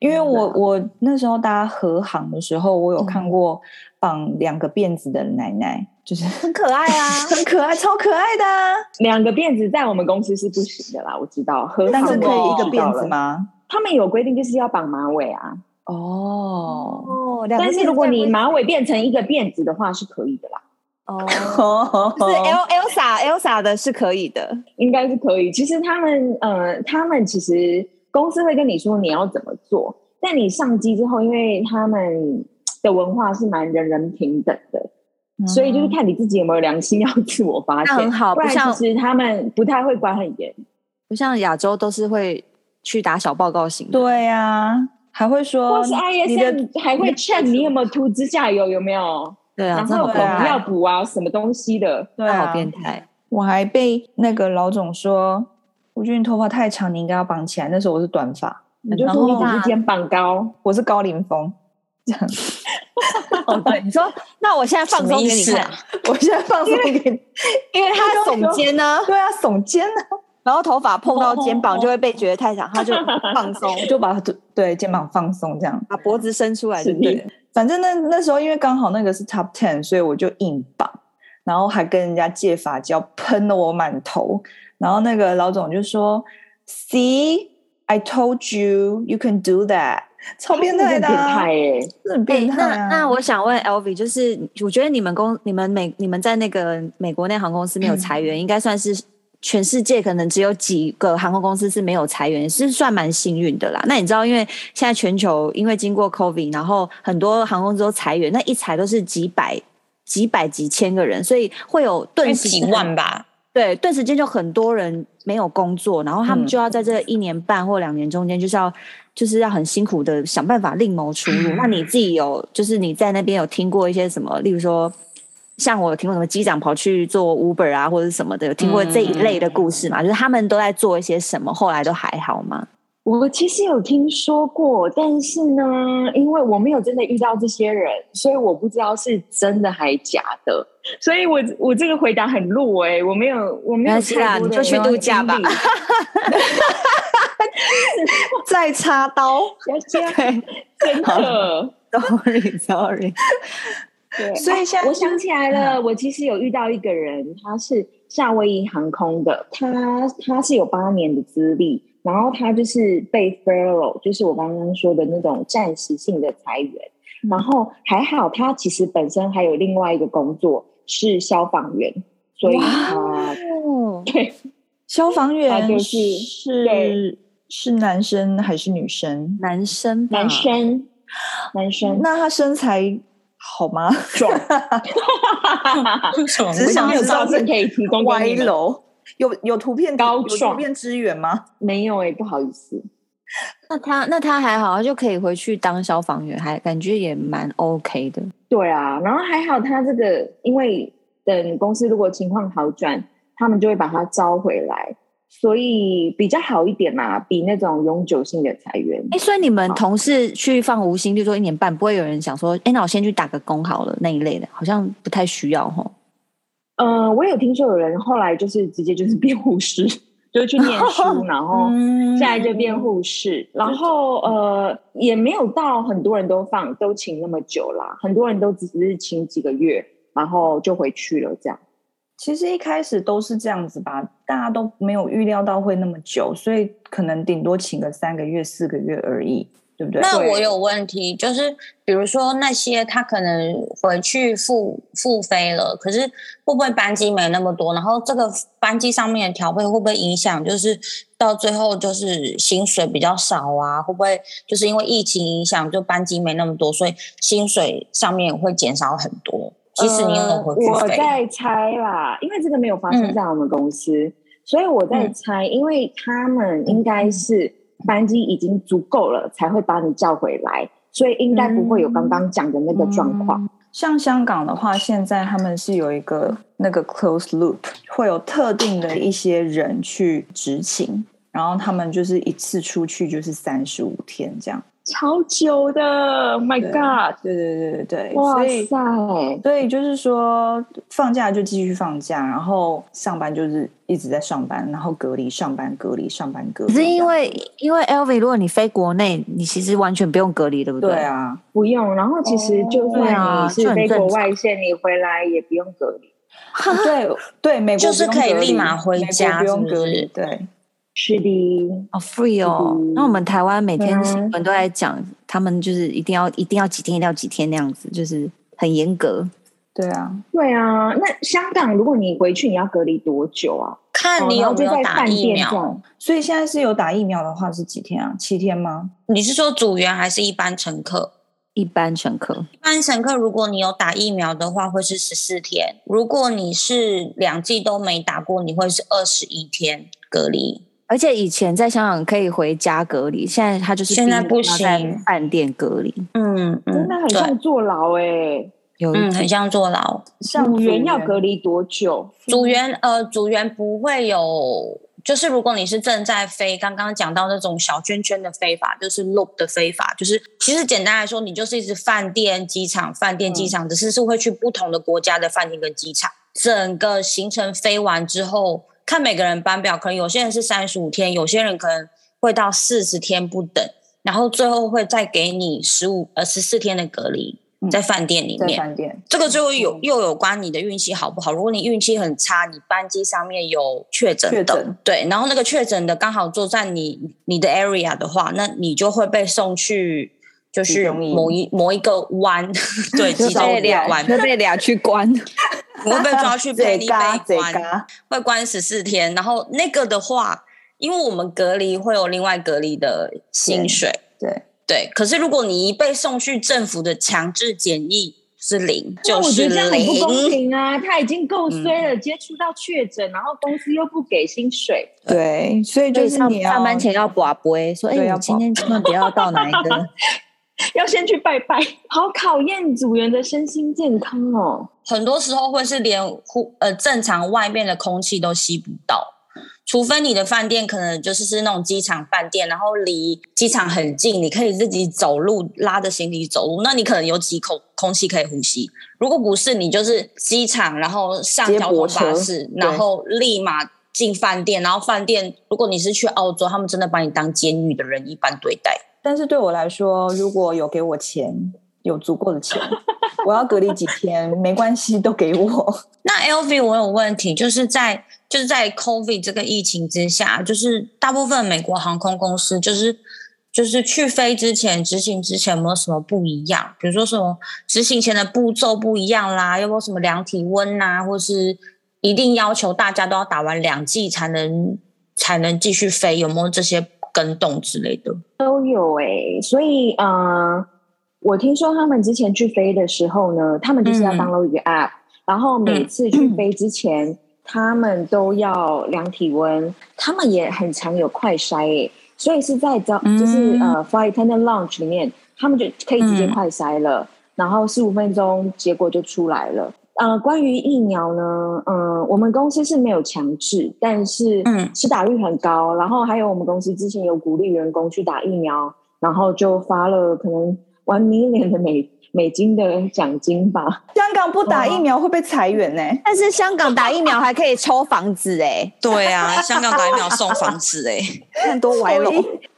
Speaker 2: 因为我
Speaker 1: 对啊嗯
Speaker 2: 我那时候搭和航的时候，我有看过绑两个辫子的奶奶，就是 *laughs*
Speaker 4: 很可爱啊。
Speaker 2: 很可爱，超可爱的啊、
Speaker 1: 两个辫子在我们公司是不行的啦，我知道。和
Speaker 2: 但
Speaker 1: 他
Speaker 2: 是
Speaker 1: 们
Speaker 2: 可以一个
Speaker 1: 知道
Speaker 2: 辫子
Speaker 1: 了？
Speaker 2: 吗？
Speaker 1: 他们有规定就是要绑马尾啊，
Speaker 2: 哦，
Speaker 4: 哦，两个
Speaker 1: 但是
Speaker 4: 辫
Speaker 1: 如
Speaker 4: 子
Speaker 1: 果
Speaker 4: 在
Speaker 1: 你
Speaker 4: 不
Speaker 1: 马尾变成一个辫子的话是可以的啦。
Speaker 4: 哦，
Speaker 2: 哦
Speaker 4: 就是 El Elsa Elsa 的是可以的，
Speaker 1: 应该是可以。其实他们呃，他们其实公司会跟你说你要怎么做，但你上机之后，因为他们的文化是蛮人人平等的， *laughs*
Speaker 2: 嗯
Speaker 1: 所以就是看你自己有没有良心要自我发
Speaker 4: 那
Speaker 1: 现。
Speaker 4: 很好
Speaker 1: 不
Speaker 4: 不
Speaker 1: 然
Speaker 4: 像
Speaker 1: 其实他们不太会管很严。
Speaker 4: 不像亚洲都是会去打小报告型的。
Speaker 2: 对呀，还会说
Speaker 4: 嗯
Speaker 1: 或是
Speaker 2: 你的
Speaker 1: ISM 还会 check 你有没有涂指甲油，有没有？
Speaker 4: 对啊，
Speaker 1: 然
Speaker 4: 这好
Speaker 1: 后
Speaker 4: 变
Speaker 1: 补
Speaker 2: 恐怖
Speaker 1: 要
Speaker 4: 态，
Speaker 1: 补啊，什么东西的？
Speaker 2: 对
Speaker 4: 这好
Speaker 2: 啊，
Speaker 4: 变态。
Speaker 2: 我还被那个老总说，我觉得你头发太长，你应该要绑起来。那时候我是短发，
Speaker 1: 你就说你只是肩膀高，
Speaker 2: 我是高凌风，这样。
Speaker 4: 哦，对， *laughs* 你说，那我现在放
Speaker 3: 什么
Speaker 4: 松
Speaker 3: 意
Speaker 4: 给你
Speaker 3: 思
Speaker 4: 看
Speaker 3: 啊，？
Speaker 2: 我现在放松给你，
Speaker 4: 因为他耸肩呢，
Speaker 2: 对啊，耸肩呢、
Speaker 4: 然后头发碰到肩
Speaker 3: 哦
Speaker 4: 膀
Speaker 3: 哦
Speaker 4: 就会被觉得太长，他就
Speaker 3: *laughs*
Speaker 4: 放松，
Speaker 2: 我就把对对肩膀放松这样。
Speaker 4: 把脖子伸出来就是对了。
Speaker 2: 反正那那时候因为刚好那个是 top ten，所以我就硬绑，然后还跟人家借发胶喷了我满头，然后那个老总就说：“See,
Speaker 1: *laughs*
Speaker 2: I told you you can do that。”超变态的、
Speaker 1: 变
Speaker 2: 啊，
Speaker 1: 态欸哎耶！
Speaker 2: 是很变态、啊
Speaker 4: 那那我想问 LV，就是我觉得你们公你们美你们在那个美国那航空公司没有裁
Speaker 3: 嗯
Speaker 4: 员，应该算是全世界可能只有几个航空公司是没有裁员，是算蛮幸运的啦。那你知道，因为现在全球因为经过 COVID，然后很多航空公司都裁员，那一裁都是几百、几百、几千个人，所以会有顿时
Speaker 3: 几
Speaker 1: *laughs*
Speaker 3: 万吧。
Speaker 4: 对，段时间就很多人没有工作，然后他们
Speaker 2: 嗯
Speaker 4: 就要在这一年半或两年中间，就是要就是要很辛苦的想办法另谋出路。那你自己有就是你在那边有听过一些什么，例如说像我有听过什么机长跑去做 Uber 啊，或者是什么的，有听过这一类的故事嘛？就是他们都在做一些什么，后来都还好吗？
Speaker 1: 我其实有听说过，但是呢，因为我没有真的遇到这些人，所以我不知道是真的还假的。所以我我这个回答很弱哎、我没有我没
Speaker 4: 没
Speaker 1: 有
Speaker 4: 关系啦
Speaker 1: 太多的
Speaker 4: 你就去度假吧
Speaker 1: 经历
Speaker 4: 再插刀 *laughs*
Speaker 1: 要这样，真的。
Speaker 2: *laughs*
Speaker 4: ，sorry sorry，
Speaker 1: 对，
Speaker 2: 所以像
Speaker 1: *laughs* 啊我想起来了，
Speaker 2: 嗯
Speaker 1: 我其实有遇到一个人，他是夏威夷航空的，他他是有八年的资历，然后他就是被 furlough，就是我刚刚说的那种暂时性的裁员，
Speaker 2: 嗯
Speaker 1: 然后还好他其实本身还有另外一个工作是消防员，所以呃他
Speaker 4: 哦，
Speaker 1: 对
Speaker 2: 消防员
Speaker 1: 他就是
Speaker 2: 是
Speaker 1: 对
Speaker 2: 是男生还是女生？
Speaker 4: 男生吧
Speaker 1: 男生男生
Speaker 2: 那他身材好吗？
Speaker 1: 嗯壮，
Speaker 3: 为什么
Speaker 2: 只是想
Speaker 1: 没有
Speaker 2: 知道
Speaker 1: 照
Speaker 2: 是
Speaker 1: 片可以提供
Speaker 2: *laughs* 歪
Speaker 1: 给你们，
Speaker 2: 楼有有图片
Speaker 1: 高
Speaker 2: 有图
Speaker 1: 壮
Speaker 2: 片支援吗？
Speaker 1: 没有哎、不好意思。
Speaker 4: 那他那他还好，他就可以回去当消防员，还感觉也蛮 OK 的。
Speaker 1: 对啊，然后还好他这个，因为等公司如果情况好转，他们就会把他招回来，所以比较好一点嘛，比那种永久性的裁员。
Speaker 4: 哎、所以你们
Speaker 1: 好
Speaker 4: 同事去放无薪，就说一年半，不会有人想说，哎、那我先去打个工好了那一类的，好像不太需要吼。
Speaker 1: 呃，我有听说有人后来就是直接就是变护士， *laughs* 就是去念书，然后
Speaker 2: 嗯
Speaker 1: 现在就变护士，然后呃也没有到很多人都放都请那么久啦，很多人都只是请几个月，然后就回去了这样。
Speaker 2: 其实一开始都是这样子吧，大家都没有预料到会那么久，所以可能顶多请个三个月、四个月而已，对不对？
Speaker 3: 那
Speaker 1: 对
Speaker 3: 我有问题，就是比如说那些他可能回去复复飞了，可是会不会班机没那么多？然后这个班机上面的调配会不会影响？就是到最后就是薪水比较少啊？会不会就是因为疫情影响，就班机没那么多，所以薪水上面会减少很多？即使你有
Speaker 1: 呃
Speaker 3: 回去
Speaker 1: 我
Speaker 3: 飞，
Speaker 1: 在猜啦，因为这个没有发生在我们公司，所以我在猜，因为他们应该是班机已经足够了，才会把你叫回来，所以应该不会有刚刚讲的那个状况。
Speaker 2: 像香港的话，现在他们是有一个那个 close loop，会有特定的一些人去执勤，然后他们就是一次出去就是三十五天这样。
Speaker 1: 超久的，My
Speaker 2: 对
Speaker 1: God！
Speaker 2: 对对对对对，
Speaker 1: 哇
Speaker 2: 所以
Speaker 1: 塞，
Speaker 2: 所以就是说，放假就继续放假，然后上班就是一直在上班，然后隔离上班，隔离上班隔离
Speaker 3: 啊
Speaker 4: 可
Speaker 2: 这
Speaker 4: 是
Speaker 2: 样。
Speaker 4: 因为因为 LV，如果你飞国内，你其实完全不用隔离，对不
Speaker 2: 对啊，
Speaker 1: 不用。然后其实就
Speaker 4: 对
Speaker 1: 算
Speaker 4: 啊
Speaker 1: 你
Speaker 4: 这
Speaker 1: 是
Speaker 4: 很
Speaker 1: 飞
Speaker 4: 正
Speaker 1: 国
Speaker 4: 常
Speaker 1: 外线，你回来也不用隔离。
Speaker 2: *laughs* 对对，美国
Speaker 3: 就是
Speaker 2: 不用
Speaker 3: 可以
Speaker 2: 隔离
Speaker 3: 立马回
Speaker 2: 美国
Speaker 3: 家
Speaker 2: 不用
Speaker 3: 是不
Speaker 2: 隔离
Speaker 3: 是。
Speaker 2: 对，
Speaker 1: 是的，
Speaker 4: 好 free 哦。
Speaker 1: 嗯
Speaker 4: 那我们台湾每天
Speaker 1: 嗯
Speaker 4: 新闻都在讲，他们就是一定要一定要几天，一定要几天那样子，就是很严格。
Speaker 2: 对啊，
Speaker 1: 对啊。那香港，如果你回去，你要隔离多久啊？
Speaker 3: 看你
Speaker 1: 哦然
Speaker 3: 有
Speaker 1: 后
Speaker 3: 没
Speaker 1: 就
Speaker 3: 有
Speaker 1: 在
Speaker 3: 打
Speaker 1: 饭
Speaker 3: 疫
Speaker 1: 店这
Speaker 3: 苗。
Speaker 1: 样。
Speaker 2: 所以现在是有打疫苗的话是几天啊？七天吗？
Speaker 3: 你是说组员还是一般乘客？
Speaker 4: 一般乘客
Speaker 3: 一般乘客，如果你有打疫苗的话，会是十四天；如果你是两剂都没打过，你会是二十一天隔离。
Speaker 4: 而且以前在香港可以回家隔离，现在他就是
Speaker 3: 现在
Speaker 4: 逼你
Speaker 3: 不
Speaker 4: 要在
Speaker 3: 行
Speaker 4: 饭店隔离，
Speaker 3: 嗯
Speaker 1: 真的很
Speaker 3: 对，
Speaker 1: 像坐牢哎、
Speaker 4: 有一
Speaker 3: 嗯，很像坐牢。
Speaker 2: 像
Speaker 1: 组员要隔离
Speaker 2: 离，
Speaker 1: 多久？
Speaker 3: 组员呃，组员不会有，就是如果你是正在飞，刚刚讲到那种小圈圈的飞法，就是 loop 的飞法，就是其实简单来说，你就是一直饭店、机场、饭店、机场，只是是会去不同的国家的饭店跟机场。整个行程飞完之后，看每个人班表，可能有些人是三十五天，有些人可能会到四十天不等，然后最后会再给你十五呃十四天的隔离
Speaker 2: 嗯
Speaker 3: 在饭店里
Speaker 2: 在
Speaker 3: 面。
Speaker 2: 饭店。
Speaker 3: 这个就
Speaker 1: 嗯
Speaker 3: 有又有关你的运气好不好。如果你运气很差，你班机上面有确诊的，
Speaker 2: 确诊
Speaker 3: 对，然后那个确诊的刚好坐在你你的 area 的话，那你就会被送去就
Speaker 2: 集
Speaker 3: 是
Speaker 2: 中营
Speaker 3: 某一某一个
Speaker 1: *laughs*
Speaker 3: 湾，对，集中
Speaker 2: 被
Speaker 3: 营
Speaker 2: 俩
Speaker 3: 湾，
Speaker 4: 就被俩去关。
Speaker 3: 你会被抓去被
Speaker 2: 贼
Speaker 3: 你
Speaker 2: 嘎
Speaker 3: 被
Speaker 2: 贼
Speaker 3: 关。
Speaker 2: 嘎，
Speaker 3: 会关十四天。然后那个的话，因为我们隔离会有另外隔离的薪水，
Speaker 2: 对
Speaker 3: 对。可是如果你一被送去政府的强制检疫是零，
Speaker 1: 那
Speaker 3: 就
Speaker 1: 我觉
Speaker 3: 是
Speaker 1: 得这样很不公
Speaker 3: 零。嗯
Speaker 1: 平啊！他已经够衰了，接触到确诊，然后公司又不给薪水，
Speaker 2: 对，所以
Speaker 4: 所
Speaker 2: 就
Speaker 4: 以
Speaker 2: 是
Speaker 4: 上
Speaker 2: 你要
Speaker 4: 上班前要寡杯，说哎，
Speaker 2: 对要
Speaker 4: 你今天千万不要到哪一个
Speaker 1: 要先去拜拜，好考验组员的身心健康哦。
Speaker 3: 很多时候会是连呼呃正常外面的空气都吸不到。除非你的饭店可能就是是那种机场饭店，然后离机场很近，你可以自己走路拉着行李走路，那你可能有几口空气可以呼吸。如果不是，你就是机场，然后上
Speaker 2: 接
Speaker 3: 交通
Speaker 2: 驳
Speaker 3: 巴
Speaker 2: 车
Speaker 3: 士，然后立马进饭店，然后饭店如果你是去澳洲，他们真的把你当监狱的人一般对待。
Speaker 2: 但是对我来说，如果有给我钱，有足够的钱，我要隔离几天没关系，都给我。
Speaker 3: 那 LV 我有问题，就是在就是在 COVID 这个疫情之下，就是大部分美国航空公司就是就是去飞之前执行之前有没有什么不一样？比如说什么执行前的步骤不一样啦，有没有什么量体温呐、或是一定要求大家都要打完两剂才能才能继续飞？有没有这些跟动之类的？
Speaker 1: 都有诶、所以呃，我听说他们之前去飞的时候呢，他们就是要
Speaker 3: 嗯
Speaker 1: download 一个 app，、然后每
Speaker 3: 嗯
Speaker 1: 次去飞之前，他们都要量体温，他们也很常有快筛诶、所以是在早就是、
Speaker 3: 嗯
Speaker 1: 呃 flight attendant lounge 里面，他们就可以直接
Speaker 3: 嗯
Speaker 1: 快筛了，然后十五分钟结果就出来了。呃，关于疫苗呢，呃，我们公司是没有强制，但是
Speaker 3: 嗯
Speaker 1: 施打率很高。然后还有我们公司之前有鼓励员工去打疫苗，然后就发了可能 one million 的 *laughs* 美美金的奖金吧。
Speaker 2: 香港不
Speaker 3: 哦
Speaker 2: 打疫苗会被裁员呢、
Speaker 4: 但是香港打疫苗还可以抽房子哎，
Speaker 3: 对啊，香港打疫苗送房子哎、
Speaker 4: 看多歪楼。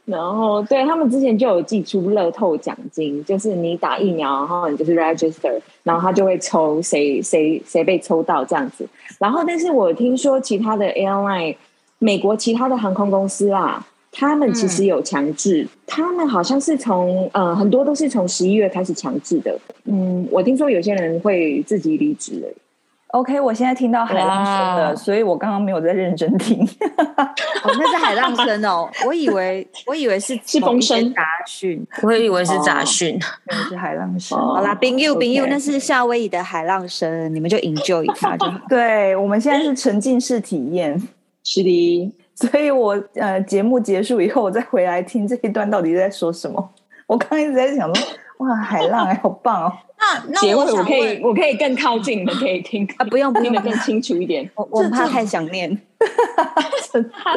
Speaker 1: 然后对他们之前就有寄出乐透奖金，就是你打疫苗，然后你就是 register，然后他就会抽谁谁谁被抽到这样子。然后，但是我听说其他的 airline，美国其他的航空公司啦，他们其
Speaker 3: 嗯
Speaker 1: 实有强制，他们好像是从呃很多都是从十一月开始强制的。嗯，我听说有些人会自己离职了。
Speaker 2: OK，我现在听到海浪声
Speaker 3: 哇
Speaker 2: 了，所以我刚刚没有在认真听。 *laughs*
Speaker 4: 哦，那是海浪声哦，我以为我以为是
Speaker 1: 是风声
Speaker 4: 某一些杂讯。
Speaker 3: *laughs* 我也以为是杂
Speaker 1: 哦
Speaker 3: 讯。
Speaker 2: 对是海浪声。
Speaker 1: 哦
Speaker 4: 好啦，冰柚冰柚，
Speaker 2: OK
Speaker 4: 那是夏威夷的海浪声，你们就 enjoy 它就好。
Speaker 2: 对，我们现在是沉浸式体验，
Speaker 1: 是的，
Speaker 2: *laughs* 所以我呃节目结束以后，我再回来听这一段到底在说什么。我刚刚一直在想说，哇，海浪、哎好棒哦！
Speaker 3: 那那
Speaker 1: 结尾
Speaker 3: 我
Speaker 1: 我
Speaker 3: 想
Speaker 1: 可以
Speaker 3: 问，
Speaker 1: 我可以更靠近你们，可以听
Speaker 4: 啊，不用不
Speaker 1: 听
Speaker 4: 用
Speaker 1: 得，更清楚一点。
Speaker 4: 我我们怕太想念。
Speaker 3: 好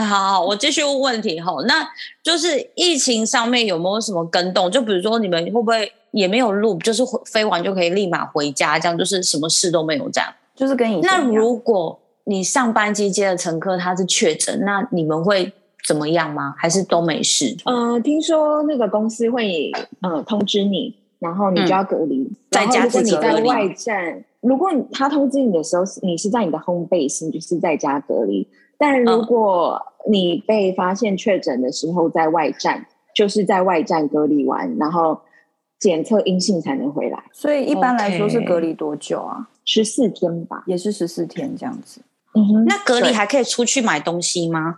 Speaker 3: 好， *laughs* 好，我继续问问题哈。那就是疫情上面有没有什么跟动？就比如说你们会不会也没有录，就是回飞完就可以立马回家，这样就是什么事都没有这样？
Speaker 2: *laughs* 就是跟以前一
Speaker 3: 那
Speaker 2: 样
Speaker 3: 如果你上班期间的乘客他是确诊，那你们会怎么样吗？还是都没事？
Speaker 1: 呃，听说那个公司会呃通知你，然后你就要隔离。
Speaker 3: 嗯在
Speaker 1: 然
Speaker 3: 家
Speaker 1: 后如果
Speaker 3: 自
Speaker 1: 你
Speaker 3: 己隔
Speaker 1: 在
Speaker 3: 离
Speaker 1: 外站，如果你他通知你的时候，你是在你的 home base，你就是在家隔离。但如
Speaker 3: 嗯
Speaker 1: 果你被发现确诊的时候在外站，就是在外站隔离完，然后检测阴性才能回来，
Speaker 2: 所以一般来说是
Speaker 3: OK
Speaker 2: 隔离多久啊？
Speaker 1: 十四天吧。
Speaker 2: 也是十四天这样子。
Speaker 1: 嗯哼，
Speaker 3: 那隔离
Speaker 1: 对
Speaker 3: 还可以出去买东西吗？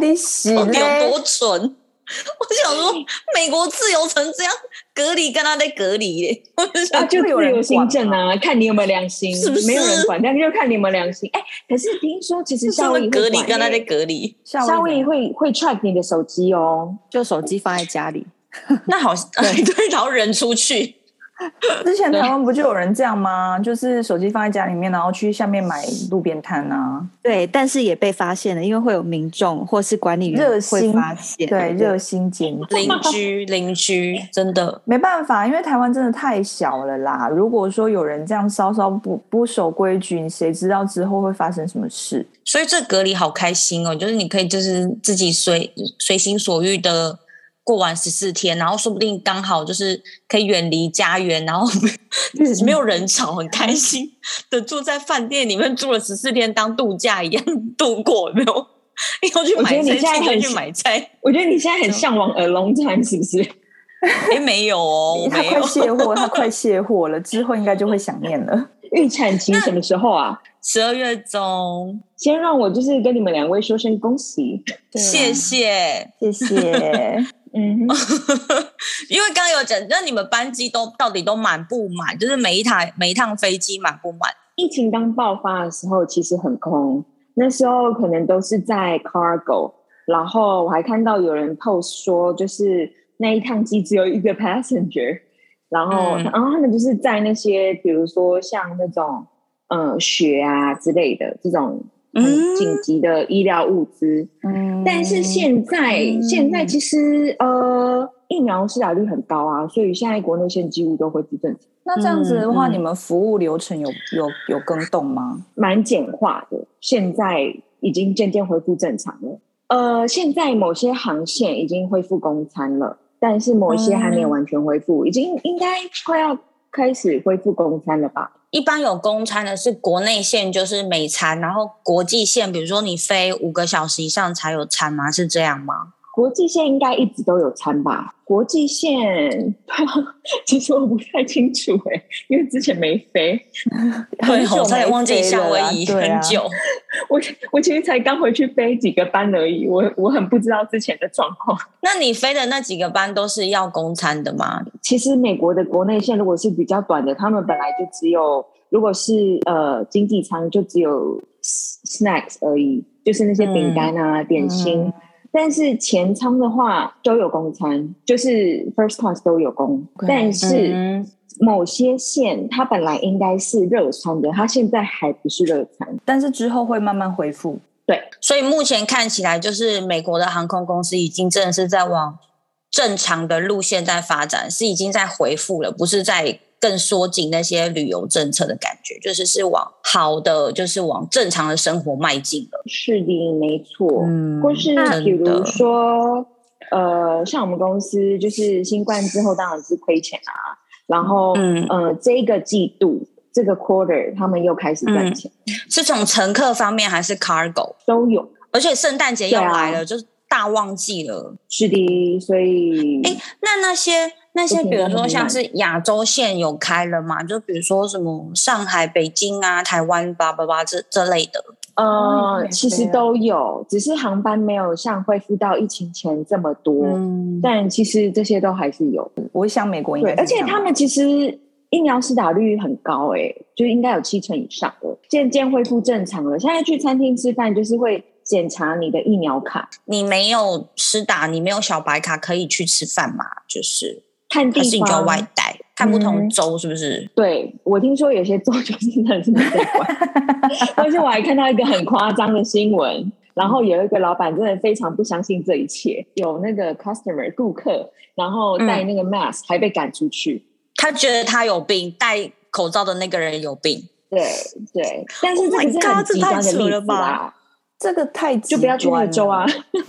Speaker 2: 你洗
Speaker 3: 到底 *laughs* 有
Speaker 2: 嘞
Speaker 3: 多蠢？ *laughs* 我想说，美国自由成这样，隔离跟他在隔离耶，我就想
Speaker 1: 啊，就
Speaker 2: 会有
Speaker 1: 自
Speaker 2: 人
Speaker 1: 由行
Speaker 2: 管
Speaker 1: 政啊，看你有没有良心，
Speaker 3: 是不是
Speaker 1: 没有人管，但就看你有没有良心。哎、可是听说其实夏
Speaker 3: 他
Speaker 1: 威
Speaker 3: 们
Speaker 1: 夷
Speaker 3: 隔
Speaker 1: 会
Speaker 3: 离
Speaker 1: 管、
Speaker 3: 跟他在
Speaker 1: 欸，
Speaker 3: 隔离。
Speaker 1: 夏威夷
Speaker 2: 怎样
Speaker 1: 会会 track 你的手机哦。
Speaker 4: 就手机放在家里，
Speaker 3: 那好，对对，然后人出去，
Speaker 2: 之前
Speaker 1: 对
Speaker 2: 台湾不就有人这样吗？就是手机放在家里面，然后去下面买路边摊啊，
Speaker 4: 对，但是也被发现了，因为会有民众或是管理员
Speaker 2: 热
Speaker 4: 会
Speaker 2: 心
Speaker 4: 发现，
Speaker 2: 对，热心检举
Speaker 3: *laughs* 邻。居邻居真的
Speaker 2: 没办法，因为台湾真的太小了啦。如果说有人这样稍稍不不守规矩，你谁知道之后会发生什么事？
Speaker 3: 所以这隔离好开心哦，就是你可以就是自己随随心所欲的过完十四天，然后说不定刚好就是可以远离家园，然后 *laughs* 没有人吵，很开心的住在饭店里面住了十四天，当度假一样度过，有没有？ *laughs* 要去
Speaker 1: 我觉
Speaker 3: 买
Speaker 1: 得你
Speaker 3: 菜，
Speaker 1: 现在
Speaker 3: 记得
Speaker 1: 很
Speaker 3: 去买菜。
Speaker 1: 我觉得你现在很向往 alone time，是不是？ *laughs*
Speaker 3: 哎，没有哦，我
Speaker 2: 他
Speaker 3: 没
Speaker 2: 快
Speaker 3: 有。
Speaker 2: 卸货，他快卸货了，之后应该就会想念了。
Speaker 1: 预产期什么时候啊？
Speaker 3: 十二月中，
Speaker 1: 先让我就是跟你们两位说声恭喜。
Speaker 2: 对啊
Speaker 3: 谢谢。
Speaker 2: *laughs* 谢 *laughs* 谢。
Speaker 1: 嗯哼，
Speaker 3: *laughs* 因为刚刚有讲，那你们班机都到底都满不满？就是每一台每一趟飞机满不满？
Speaker 1: 疫情刚爆发的时候，其实很空，那时候可能都是在 cargo，然后我还看到有人 post 说，就是那一趟机只有一个 passenger，然 *laughs* 后、
Speaker 3: 嗯
Speaker 1: 然后他们就是在那些比如说像那种呃血啊之类的这种
Speaker 3: 嗯
Speaker 1: 很紧急的医疗物资，
Speaker 2: 嗯
Speaker 1: 但是现在、
Speaker 2: 嗯
Speaker 1: 现在其实呃疫苗施打率很高啊，所以现在国内线几乎都恢复正常，
Speaker 2: 那这样子的话，
Speaker 1: 嗯嗯
Speaker 2: 你们服务流程有有有更动吗？
Speaker 1: 蛮简化的，现在已经渐渐恢复正常了。呃，现在某些航线已经恢复公餐了，但是某些还没有完全恢复，已经应该快要开始恢复公餐了吧？
Speaker 3: 一般有公餐的是国内线，就是美餐，然后国际线，比如说你飞五个小时以上才有餐吗？是这样吗？
Speaker 1: 国际线应该一直都有餐吧？国际线， *laughs* 其实我不太清楚哎、因为之前没飞。
Speaker 3: 对
Speaker 2: 很久
Speaker 3: 哦，我差点
Speaker 2: 没
Speaker 3: 忘记
Speaker 2: 飞
Speaker 3: 夏
Speaker 2: 了
Speaker 3: 威
Speaker 2: 啊
Speaker 3: 夷
Speaker 2: 对啊
Speaker 3: 很久。 *laughs*
Speaker 1: 我我其实才刚回去飞几个班而已，我我很不知道之前的状况。
Speaker 3: 那你飞的那几个班都是要公餐的吗？
Speaker 1: 其实美国的国内线如果是比较短的，他们本来就只有，如果是呃经济舱就只有 s- snacks 而已，就是那些饼
Speaker 3: 嗯
Speaker 1: 干啊、点心。但是前舱的话都有供餐，就是 first class 都有供
Speaker 2: OK，
Speaker 1: 但是
Speaker 3: 嗯
Speaker 1: 某些线它本来应该是热餐的，它现在还不是热餐。
Speaker 2: 但是之后会慢慢恢复。
Speaker 3: 所以目前看起来，就是美国的航空公司已经真的是在往正常的路线在发展，是已经在回复了，不是在更缩紧那些旅游政策的感觉，就是是往好的，就是往正常的生活迈进了。
Speaker 1: 是的，没错。
Speaker 2: 嗯
Speaker 1: 或是
Speaker 3: 那
Speaker 1: 比
Speaker 3: 真
Speaker 1: 如
Speaker 3: 的
Speaker 1: 说，呃，像我们公司就是新冠之后当然是亏钱啊，然后、
Speaker 3: 嗯
Speaker 1: 呃，这一个季度这个 quarter 他们又开始
Speaker 3: 嗯
Speaker 1: 赚钱，
Speaker 3: 是从乘客方面还是 cargo？
Speaker 1: 都有
Speaker 3: 而且圣诞节要
Speaker 1: 对啊
Speaker 3: 来了，就是大旺季了。
Speaker 1: 是的，所以
Speaker 3: 哎，那那些那些，
Speaker 1: 不行
Speaker 3: 比如
Speaker 1: 真的
Speaker 3: 说
Speaker 1: 很
Speaker 3: 像
Speaker 1: 难
Speaker 3: 是亚洲线有开了嘛？就比如说什么上海、北京啊、台湾、叭叭叭这这类的。
Speaker 2: 哦
Speaker 1: 呃，
Speaker 2: 也
Speaker 1: 其实
Speaker 2: 对啊
Speaker 1: 都有，只是航班没有像恢复到疫情前这么多，
Speaker 3: 嗯，
Speaker 1: 但其实这些都还是有。
Speaker 2: 我想美国应
Speaker 1: 对，
Speaker 2: 该
Speaker 1: 而
Speaker 2: 是这
Speaker 1: 且
Speaker 2: 样吧，
Speaker 1: 他们其实疫苗施打率很高、欸，就应该有七成以上了，渐渐恢复正常了。现在去餐厅吃饭就是会检查你的疫苗卡，
Speaker 3: 你没有施打，你没有小白卡可以去吃饭嘛？就是
Speaker 1: 看
Speaker 3: 还是
Speaker 1: 地
Speaker 3: 你就要
Speaker 1: 方。
Speaker 3: 外带，看不同
Speaker 1: 嗯
Speaker 3: 州是不是？
Speaker 1: 对我听说有些州就是真的是
Speaker 3: *laughs*
Speaker 1: 没在管，而且我还看到一个很夸张的新闻。然后有一个老板真的非常不相信这一切，有那个 customer 顾客，然后戴
Speaker 3: 嗯
Speaker 1: 那个 mask 还被赶出去。
Speaker 3: 他觉得他有病，戴口罩的那个人有病。
Speaker 1: 对对，但是
Speaker 3: Oh
Speaker 1: 这
Speaker 3: my
Speaker 1: 个是
Speaker 3: God，
Speaker 1: 很
Speaker 3: 这
Speaker 1: 极
Speaker 3: 太
Speaker 1: 端的
Speaker 3: 扯
Speaker 1: 例
Speaker 3: 了
Speaker 1: 子
Speaker 3: 吧
Speaker 1: 啦，
Speaker 2: 这个太
Speaker 1: 就不要去那个州啊。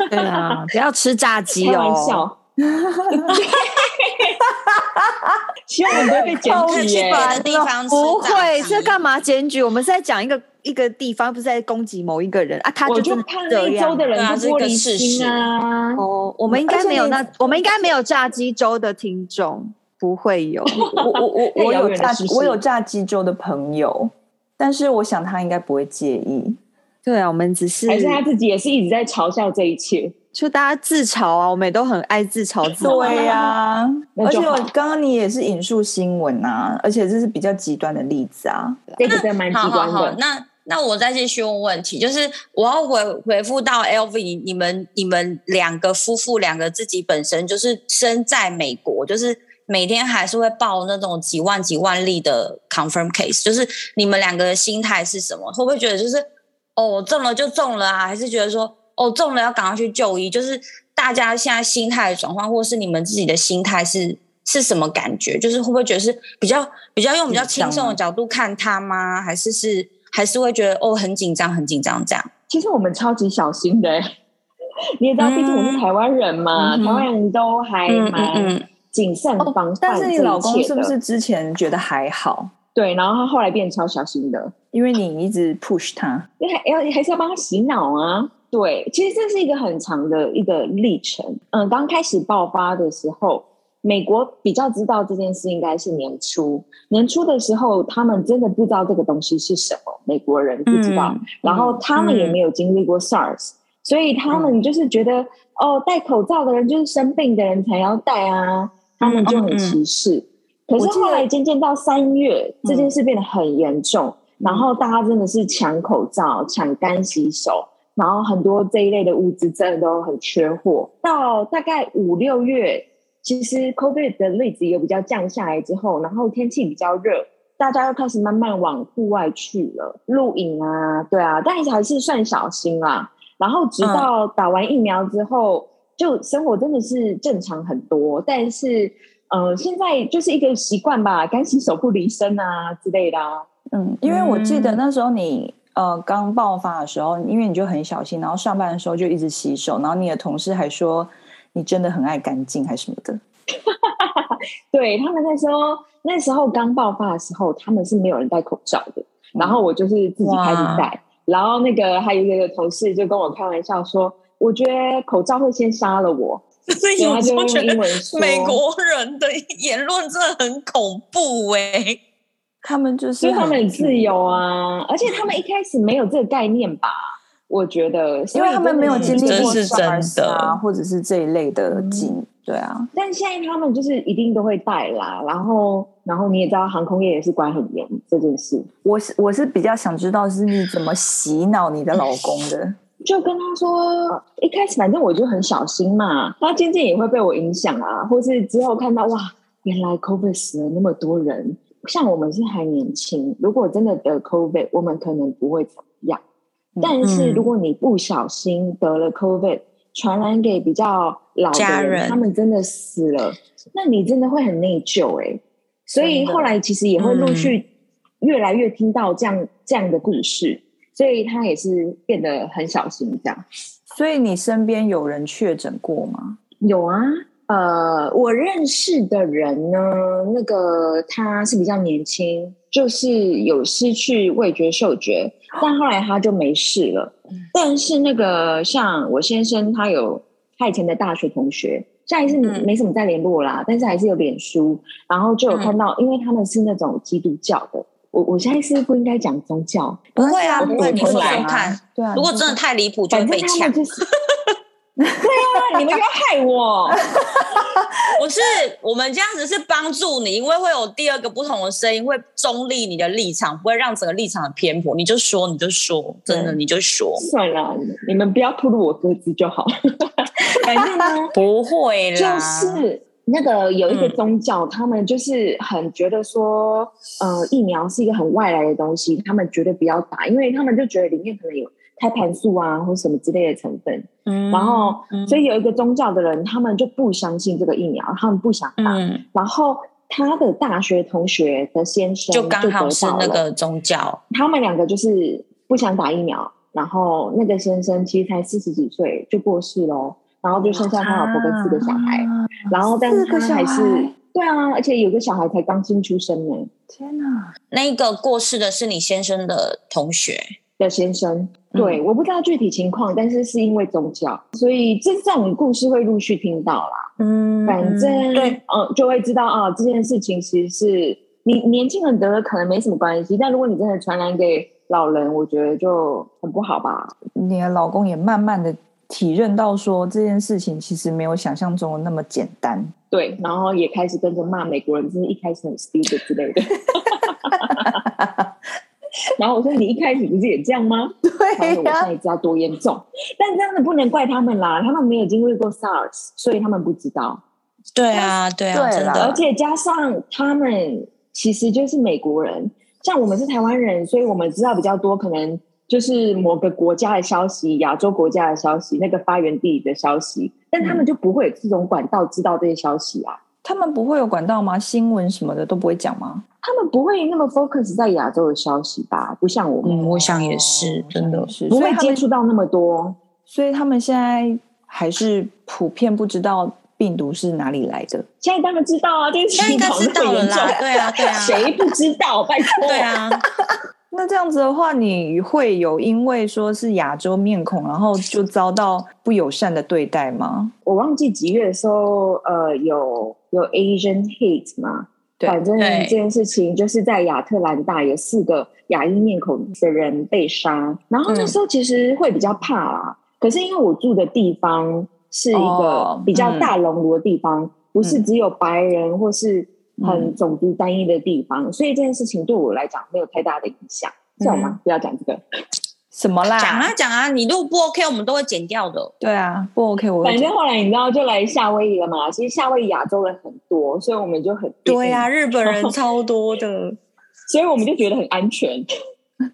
Speaker 4: 对啊， *laughs* 不要吃炸鸡
Speaker 1: 开玩
Speaker 4: 哦。 *laughs*
Speaker 1: 笑。希望我们不会被检
Speaker 3: 可
Speaker 1: 举
Speaker 3: 以去
Speaker 1: 耶
Speaker 3: 别！的地方吃
Speaker 4: 哦不会，
Speaker 3: 炸鸡
Speaker 4: 这干嘛检举？我们是在讲一个一个地方，不是在攻击某一个人啊。他
Speaker 1: 我就
Speaker 4: 真的
Speaker 1: 怕那
Speaker 4: 这
Speaker 1: 一周
Speaker 4: 样
Speaker 1: 的
Speaker 3: 对啊
Speaker 1: 人
Speaker 3: 这
Speaker 1: 是
Speaker 3: 个
Speaker 1: 玻璃
Speaker 3: 事
Speaker 1: 心啊！
Speaker 4: 哦。我们应该没有那，我们应该没有炸鸡粥的听众，不
Speaker 1: *laughs*
Speaker 4: 会有。
Speaker 2: 我我我
Speaker 1: 太
Speaker 2: 我
Speaker 1: 遥
Speaker 2: 有
Speaker 1: 远的
Speaker 2: 炸
Speaker 1: 事
Speaker 2: 我有
Speaker 1: 实
Speaker 2: 炸鸡粥的朋友，但是我想他应该不会介意。
Speaker 4: 对啊，我们只是
Speaker 1: 还是他自己也是一直在嘲笑这一切。
Speaker 4: 就大家自嘲啊，我们也都很爱自嘲自己。
Speaker 2: 对呀、
Speaker 1: 那
Speaker 2: 而且
Speaker 1: 就
Speaker 2: 我
Speaker 1: 好
Speaker 2: 刚刚你也是引述新闻啊，而且这是比较极端的例子啊。
Speaker 1: 这个真的蛮极
Speaker 3: 好好
Speaker 1: 端
Speaker 3: 好，
Speaker 1: 的，
Speaker 3: 那那我再继续问问题，就是我要回回复到 LV，你们你们两个夫妇两个自己本身就是身在美国，就是每天还是会报那种几万几万例的 confirm case，就是你们两个的心态是什么？会不会觉得就是哦中了就中了啊，还是觉得说哦中了要赶快去就医？就是大家现在心态的转换，或是你们自己的心态是是什么感觉？就是会不会觉得是比较比较用比较
Speaker 2: 紧
Speaker 3: 轻
Speaker 2: 张
Speaker 3: 松
Speaker 2: 吗
Speaker 3: 的角度看它吗？还是是还是会觉得哦很紧张很紧张这样？
Speaker 1: 其实我们超级小心的。欸 *laughs* 你也知道，毕竟我是台湾人嘛，
Speaker 2: 嗯嗯哼
Speaker 1: 台湾人都还
Speaker 3: 嗯
Speaker 1: 蛮
Speaker 3: 嗯 *laughs*
Speaker 1: 谨慎
Speaker 2: 哦
Speaker 1: 防
Speaker 2: 但
Speaker 1: 范
Speaker 2: 是
Speaker 1: 这一
Speaker 2: 你
Speaker 1: 切
Speaker 2: 老公是不
Speaker 1: 的
Speaker 2: 是之前觉得还好？
Speaker 1: 对，然后他后来变超小心的，
Speaker 2: 因为你一直 push 他，
Speaker 1: 因为还要还是要帮他洗脑啊。对，其实这是一个很长的一个历程。嗯，刚开始爆发的时候，美国比较知道这件事，应该是年初。年初的时候，他们真的不知道这个东西是什么，美国人不知道，
Speaker 3: 嗯嗯
Speaker 1: 然后他们也没有经历过 SARS，、所以他们就是觉得、哦，戴口罩的人就是生病的人才要戴啊，他们就很歧视。可
Speaker 2: 嗯我
Speaker 1: 是
Speaker 2: 记得嗯
Speaker 1: 后来渐渐到三月，这件事变得很严重，然后大家真的是抢口罩、抢干洗手，然后很多这一类的物资真的都很缺货。到大概五六月，其实 COVID 的例子也比较降下来之后，然后天气比较热，大家又开始慢慢往户外去了，露营啊，对啊，但还是算小心啦。然后直到打完疫苗之后，就生活真的是正常很多，但是呃，现在就是一个习惯吧，干洗手不离身啊之类的啊。
Speaker 2: 嗯，因为我记得那时候你呃刚爆发的时候，因为你就很小心，然后上班的时候就一直洗手，然后你的同事还说你真的很爱干净还是什么的。
Speaker 1: 对他们那时候那时候刚爆发的时候，他们是没有人戴口罩的，
Speaker 2: 嗯
Speaker 1: 然后我就是自己开始戴，然后那个还有一个同事就跟我开玩笑说，我觉得口罩会先杀了我，
Speaker 3: 所以
Speaker 1: 然后他
Speaker 3: 我
Speaker 1: 就
Speaker 3: 就觉
Speaker 1: 用英
Speaker 2: *laughs*
Speaker 3: 得
Speaker 1: 文说
Speaker 3: 美国人的言论真的很恐怖哎、
Speaker 2: 他们就
Speaker 1: 所
Speaker 2: 是
Speaker 1: 以他们
Speaker 2: *laughs*
Speaker 1: 很
Speaker 2: 很
Speaker 1: 自，由啊，而且他们一开始没有这个概念吧？我觉得，
Speaker 2: 因为他们没有经历
Speaker 1: 所以真的是
Speaker 2: 过
Speaker 3: 这是真的
Speaker 2: SARS 啊，或者是这一类的
Speaker 1: 嗯
Speaker 2: 经，对啊，
Speaker 1: 但现在他们就是一定都会带啦。然后，然后你也知道，航空业也是管很严这件事，
Speaker 2: 我是我是比较想知道是你怎么洗脑你的老公的。
Speaker 1: 就跟他说，一开始反正我就很小心嘛，那渐渐也会被我影响啊，或是之后看到哇，原来 COVID 死了那么多人，像我们是还年轻，如果真的得 COVID，我们可能不会怎么样，但是如果你不小心得了 COVID，传染给比较老的
Speaker 3: 家人
Speaker 1: 他们真的死了，那你真的会很内疚哎、所以
Speaker 2: 真的
Speaker 1: 后来其实也会陆续越来越听到这样、这样的故事，所以他也是变得很小心这样。
Speaker 2: 所以你身边有人确诊过吗？
Speaker 1: 有啊，呃，我认识的人呢，那个他是比较年轻，就是有失去味觉、嗅觉，但后来他就没事了。
Speaker 3: 嗯
Speaker 1: 但是那个像我先生，他有他以前的大学同学，现在是
Speaker 3: 嗯
Speaker 1: 没什么在联络啦，但是还是有脸书，然后就有
Speaker 3: 嗯
Speaker 1: 看到，因为他们是那种基督教的。我我现在是不应该讲宗教，
Speaker 2: 不
Speaker 3: 会啊不会你
Speaker 1: 说
Speaker 3: 说看，
Speaker 2: 对啊，
Speaker 3: 如果
Speaker 2: 你
Speaker 3: 真的太离谱，就会
Speaker 1: 反
Speaker 3: 被
Speaker 1: 正他们
Speaker 3: 呛。
Speaker 1: 就是，对啊，你们又要害我。
Speaker 3: 不是， *laughs* 我们这样子是帮助你，因为会有第二个不同的声音，会中立你的立场，不会让整个立场很偏颇。你就说，你就说，真的
Speaker 2: 对
Speaker 3: 你就
Speaker 1: *laughs*
Speaker 3: 说，
Speaker 1: 算了，你们不要吐露我歌词就 *laughs* 好。反正呢，
Speaker 3: 不会
Speaker 1: 就
Speaker 3: 啦。
Speaker 1: 是那个有
Speaker 3: 嗯
Speaker 1: 一个宗教，他们就是很觉得说，呃，疫苗是一个很外来的东西，他们绝对不要打，因为他们就觉得里面可能有胎盘素啊或什么之类的成分。
Speaker 3: 嗯
Speaker 1: 然后，
Speaker 3: 嗯
Speaker 1: 所以有一个宗教的人，他们就不相信这个疫苗，啊他们不想打。
Speaker 3: 嗯，
Speaker 1: 然后他的大学同学的先生
Speaker 3: 就刚好
Speaker 1: 得
Speaker 3: 是
Speaker 1: 到
Speaker 3: 那
Speaker 1: 了
Speaker 3: 个宗教，
Speaker 1: 他们两个就是不想打疫苗，然后那个先生其实才四十几岁就过世喽，然后就剩下他老婆跟四个小孩，
Speaker 2: 啊
Speaker 1: 然后但
Speaker 2: 四
Speaker 1: 是
Speaker 2: 个
Speaker 1: 他
Speaker 2: 小
Speaker 1: 还是
Speaker 2: 孩
Speaker 1: 对啊，而且有个小孩才刚新出生呢
Speaker 2: 天哪，
Speaker 3: 那个过世的是你先生的同学，
Speaker 1: 的先生，对，
Speaker 2: 嗯
Speaker 1: 我不知道具体情况，但是是因为宗教，所以这这种故事会陆续听到啦。
Speaker 3: 嗯
Speaker 1: 反正
Speaker 3: 对，
Speaker 1: 呃，就会知道啊，这件事情其实是你年轻人得了可能没什么关系，但如果你真的传染给老人，我觉得就很不好吧。
Speaker 2: 你的老公也慢慢的体认到说这件事情其实没有想象中的那么简单。
Speaker 1: 对，然后也开始跟着骂美国人，就是一开始很 stupid 之类的。然后我说：“你一开始不是也这样吗？”然后
Speaker 2: 对
Speaker 1: 我现在知道多严重，但真的不能怪他们啦，他们没有经历过 SARS，所以他们不知道。
Speaker 3: 对啊，对啊，
Speaker 2: 对
Speaker 3: 真
Speaker 2: 啦
Speaker 3: 的
Speaker 1: 而且加上他们其实就是美国人，像我们是台湾人，所以我们知道比较多，可能就是某个国家的消息、亚洲国家的消息、那个发源地的消息，但他们就不会有这种管道知道这些消息啊。
Speaker 2: 他们不会有管道吗？新闻什么的都不会讲吗？
Speaker 1: 他们不会那么 focus 在亚洲的消息吧？不像我们，
Speaker 3: 嗯，我想也是
Speaker 2: 哦，
Speaker 3: 真的
Speaker 2: 我想也是
Speaker 1: 嗯不
Speaker 2: 所
Speaker 1: 会
Speaker 2: 以他
Speaker 1: 接
Speaker 2: 们，
Speaker 1: 触到那么多。
Speaker 2: 所以他们现在还是普遍不知道病毒是哪里来的。
Speaker 1: 现在当然知道啊，这个
Speaker 3: 现在
Speaker 1: 事情
Speaker 3: 应该
Speaker 1: 搞
Speaker 3: 知
Speaker 1: *laughs* 得那么
Speaker 3: 道了
Speaker 1: 严
Speaker 3: 啊
Speaker 1: 重
Speaker 3: 啦，，对啊，对
Speaker 1: *laughs*
Speaker 3: 啊，
Speaker 1: 谁不知道？拜托，
Speaker 3: 对啊，
Speaker 2: 那这样子的话，你会有因为说是亚洲面孔，然后就遭到不友善的对待吗？
Speaker 1: 我忘记几月的时候，呃，有有 Asian hate 嘛？
Speaker 2: 对
Speaker 1: 反正
Speaker 3: 对
Speaker 1: 这件事情就是在亚特兰大有四个亚裔面孔的人被杀，然后那时候其实会比较怕啦。可是因为我住的地方是一
Speaker 2: 哦
Speaker 1: 个比较
Speaker 2: 嗯
Speaker 1: 大熔炉的地方，不是只有白人或是很
Speaker 2: 嗯
Speaker 1: 种族单一的地方，所以这件事情对我来讲没有太大的影响。
Speaker 2: 嗯
Speaker 1: 算了吗？不要讲这个，
Speaker 2: 什么啦？
Speaker 3: 讲啊讲啊，你如果不 OK，我们都会剪掉的。
Speaker 2: 对啊，不 OK，我
Speaker 1: 反
Speaker 2: 会
Speaker 1: 正后来你知道就来夏威夷了嘛，其实夏威夷亚洲人很多，所以我们就很
Speaker 3: 对
Speaker 2: 啊
Speaker 3: 呀、日本人超多的。
Speaker 1: 所以我们就觉得很安全。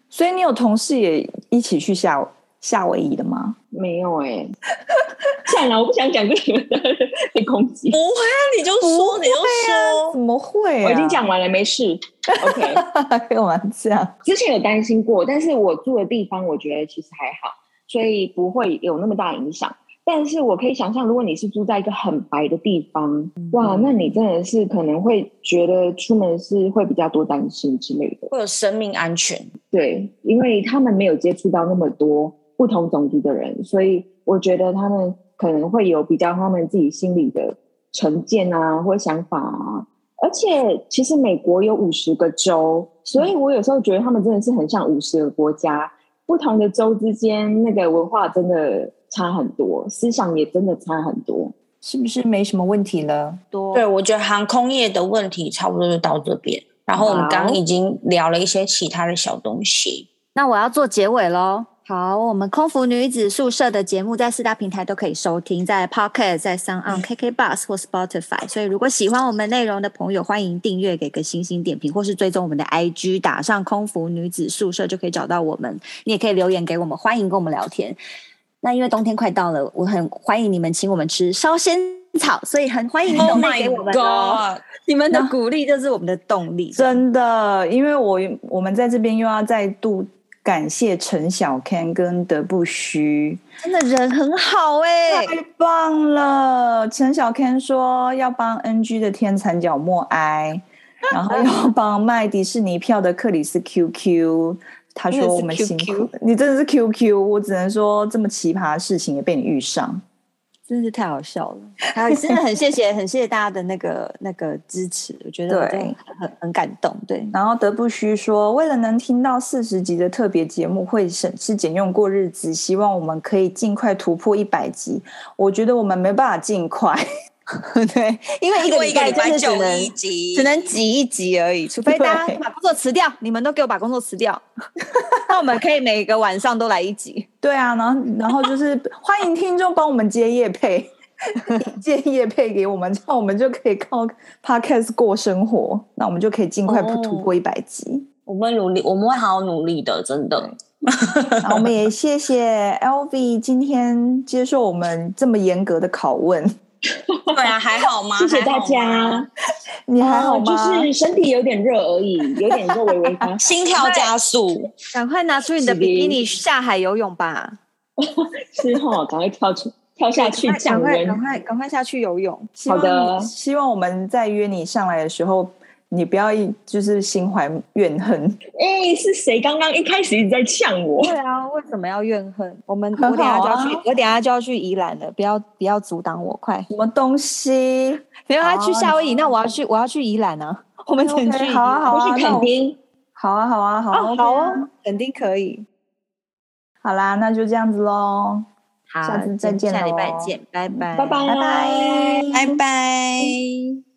Speaker 2: 所以你有同事也一起去夏夏威夷的吗？
Speaker 1: 没有哎、 *laughs* 算了，我不想讲这个被攻击
Speaker 3: 不。会啊， *laughs* 你就说，你就说。
Speaker 2: 怎么会、啊？
Speaker 1: 我已经讲完了，没 *laughs* 事。OK，
Speaker 2: 干嘛这样？
Speaker 1: 之前有担心过，但是我住的地方我觉得其实还好，所以不会有那么大影响。但是我可以想象，如果你是住在一个很白的地方，哇，那你真的是可能会觉得出门是会比较多担心之类的。
Speaker 3: 会有生命安全，
Speaker 1: 对，因为他们没有接触到那么多不同种族的人，所以我觉得他们可能会有比较他们自己心里的成见啊，或想法啊。而且，其实美国有五十个州，所以我有时候觉得他们真的是很像五十个国家，不同的州之间那个文化真的差很多，思想也真的差很多。
Speaker 2: 是不是没什么问题了？
Speaker 4: 多
Speaker 3: 对我觉得航空业的问题差不多就到这边。然后我们刚
Speaker 1: 好
Speaker 3: 刚已经聊了一些其他的小东西，
Speaker 4: 那我要做结尾喽。好，我们空服女子宿舍的节目在四大平台都可以收听，在 Pocket、在 s o n on、KK Bus 或 Spotify。所以，如果喜欢我们内容的朋友，欢迎订阅、给个星星点评，或是追踪我们的 IG，打上“空服女子宿舍”就可以找到我们。你也可以留言给我们，欢迎跟我们聊天。那因为冬天快到了，我很欢迎你们请我们吃烧仙草，所以很欢迎你
Speaker 3: Oh
Speaker 4: 们
Speaker 3: my
Speaker 4: 给我们哦
Speaker 3: god！
Speaker 4: 你们的鼓励就是我们的动力。
Speaker 2: 真的，因为我我们在这边又要再度感谢陈小 Ken 跟德布须，
Speaker 4: 真的人很好哎、
Speaker 2: 太棒了！陈小 Ken 说要帮 NG 的天蚕角默哀，然后
Speaker 3: *laughs*
Speaker 2: 要帮卖迪士尼票的克里斯 QQ。他
Speaker 3: 真的
Speaker 2: 说
Speaker 3: 是
Speaker 2: 我们辛
Speaker 3: QQ
Speaker 2: 苦，你真的是 QQ，我只能说这么奇葩的事情也被你遇上。
Speaker 4: 真是太好笑了，还有 *laughs* 真的很谢谢，很谢谢大家的那个那个支持，我觉得我
Speaker 2: 对
Speaker 4: 真的很很很感动，对，
Speaker 2: 然后德布须说，为了能听到四十集的特别节目，会省吃俭用过日子，希望我们可以尽快突破一百集。我觉得我们没办法尽快， *laughs* 对，
Speaker 4: 因为一
Speaker 3: 因
Speaker 4: 个
Speaker 3: 为
Speaker 4: 礼
Speaker 3: 一个
Speaker 4: 拜
Speaker 3: 礼
Speaker 4: 就
Speaker 3: 拜
Speaker 4: 是只
Speaker 3: 就一
Speaker 4: 能
Speaker 3: 集，
Speaker 4: 只能挤一集而已，除非大家
Speaker 2: 对
Speaker 4: 把工作辞掉，你们都给我把工作辞 *laughs* 掉，那我们可以每个晚上都来一集，
Speaker 2: 对啊，然后然后就是欢迎听众帮我们接业配， *laughs* 接业配给我们，这样我们就可以靠 podcast 过生活，那我们就可以尽快
Speaker 3: 哦
Speaker 2: 突破一百集。
Speaker 3: 我们努力，我们会好好努力的，真的。
Speaker 2: 然后我们也谢谢 LV 今天接受我们这么严格的拷问，
Speaker 3: 对啊，还好吗？
Speaker 1: 谢谢大
Speaker 3: 还好吗，
Speaker 1: 家。
Speaker 2: 你啊还好
Speaker 1: 哦
Speaker 2: 吗？
Speaker 1: 就是身体有点热而已，有点热微微发
Speaker 3: 心跳加速，
Speaker 4: 赶快拿出你
Speaker 1: 是
Speaker 4: 的
Speaker 1: 的
Speaker 4: 比基尼下海游泳吧，
Speaker 1: 是哈， *laughs* 赶快跳出跳下去
Speaker 4: 赶快
Speaker 1: 降温。
Speaker 4: 赶快赶快下去游泳，
Speaker 2: 希望
Speaker 1: 好的
Speaker 2: 你希望我们在约你上来的时候，你不要一就是心怀怨恨。
Speaker 1: 哎、是谁刚刚一开始一直在呛我？
Speaker 4: 对啊，为什么要怨恨？我们、
Speaker 2: 很
Speaker 4: 我等一下就要
Speaker 2: 好啊
Speaker 4: 去，我等一下就要去宜兰了，不要不要阻挡我，快！
Speaker 2: 什么东西？
Speaker 4: 没有，他去
Speaker 2: 哦
Speaker 4: 夏威夷，那我要去，我要去宜兰啊！ *laughs* 我们整
Speaker 2: OK，
Speaker 4: 去宜
Speaker 2: 好啊
Speaker 4: 兰
Speaker 2: 好
Speaker 1: 不
Speaker 2: 啊
Speaker 1: 是
Speaker 2: 那我
Speaker 1: 肯定。
Speaker 2: 好啊，好啊，好啊，
Speaker 4: 好
Speaker 2: OK
Speaker 4: 啊，肯定可以。
Speaker 2: 好啦，那就这样子喽。
Speaker 4: 好
Speaker 2: 下次再见
Speaker 4: 下礼拜
Speaker 2: 咯
Speaker 4: 见，拜拜，
Speaker 1: 拜拜
Speaker 2: 拜拜
Speaker 3: 拜拜。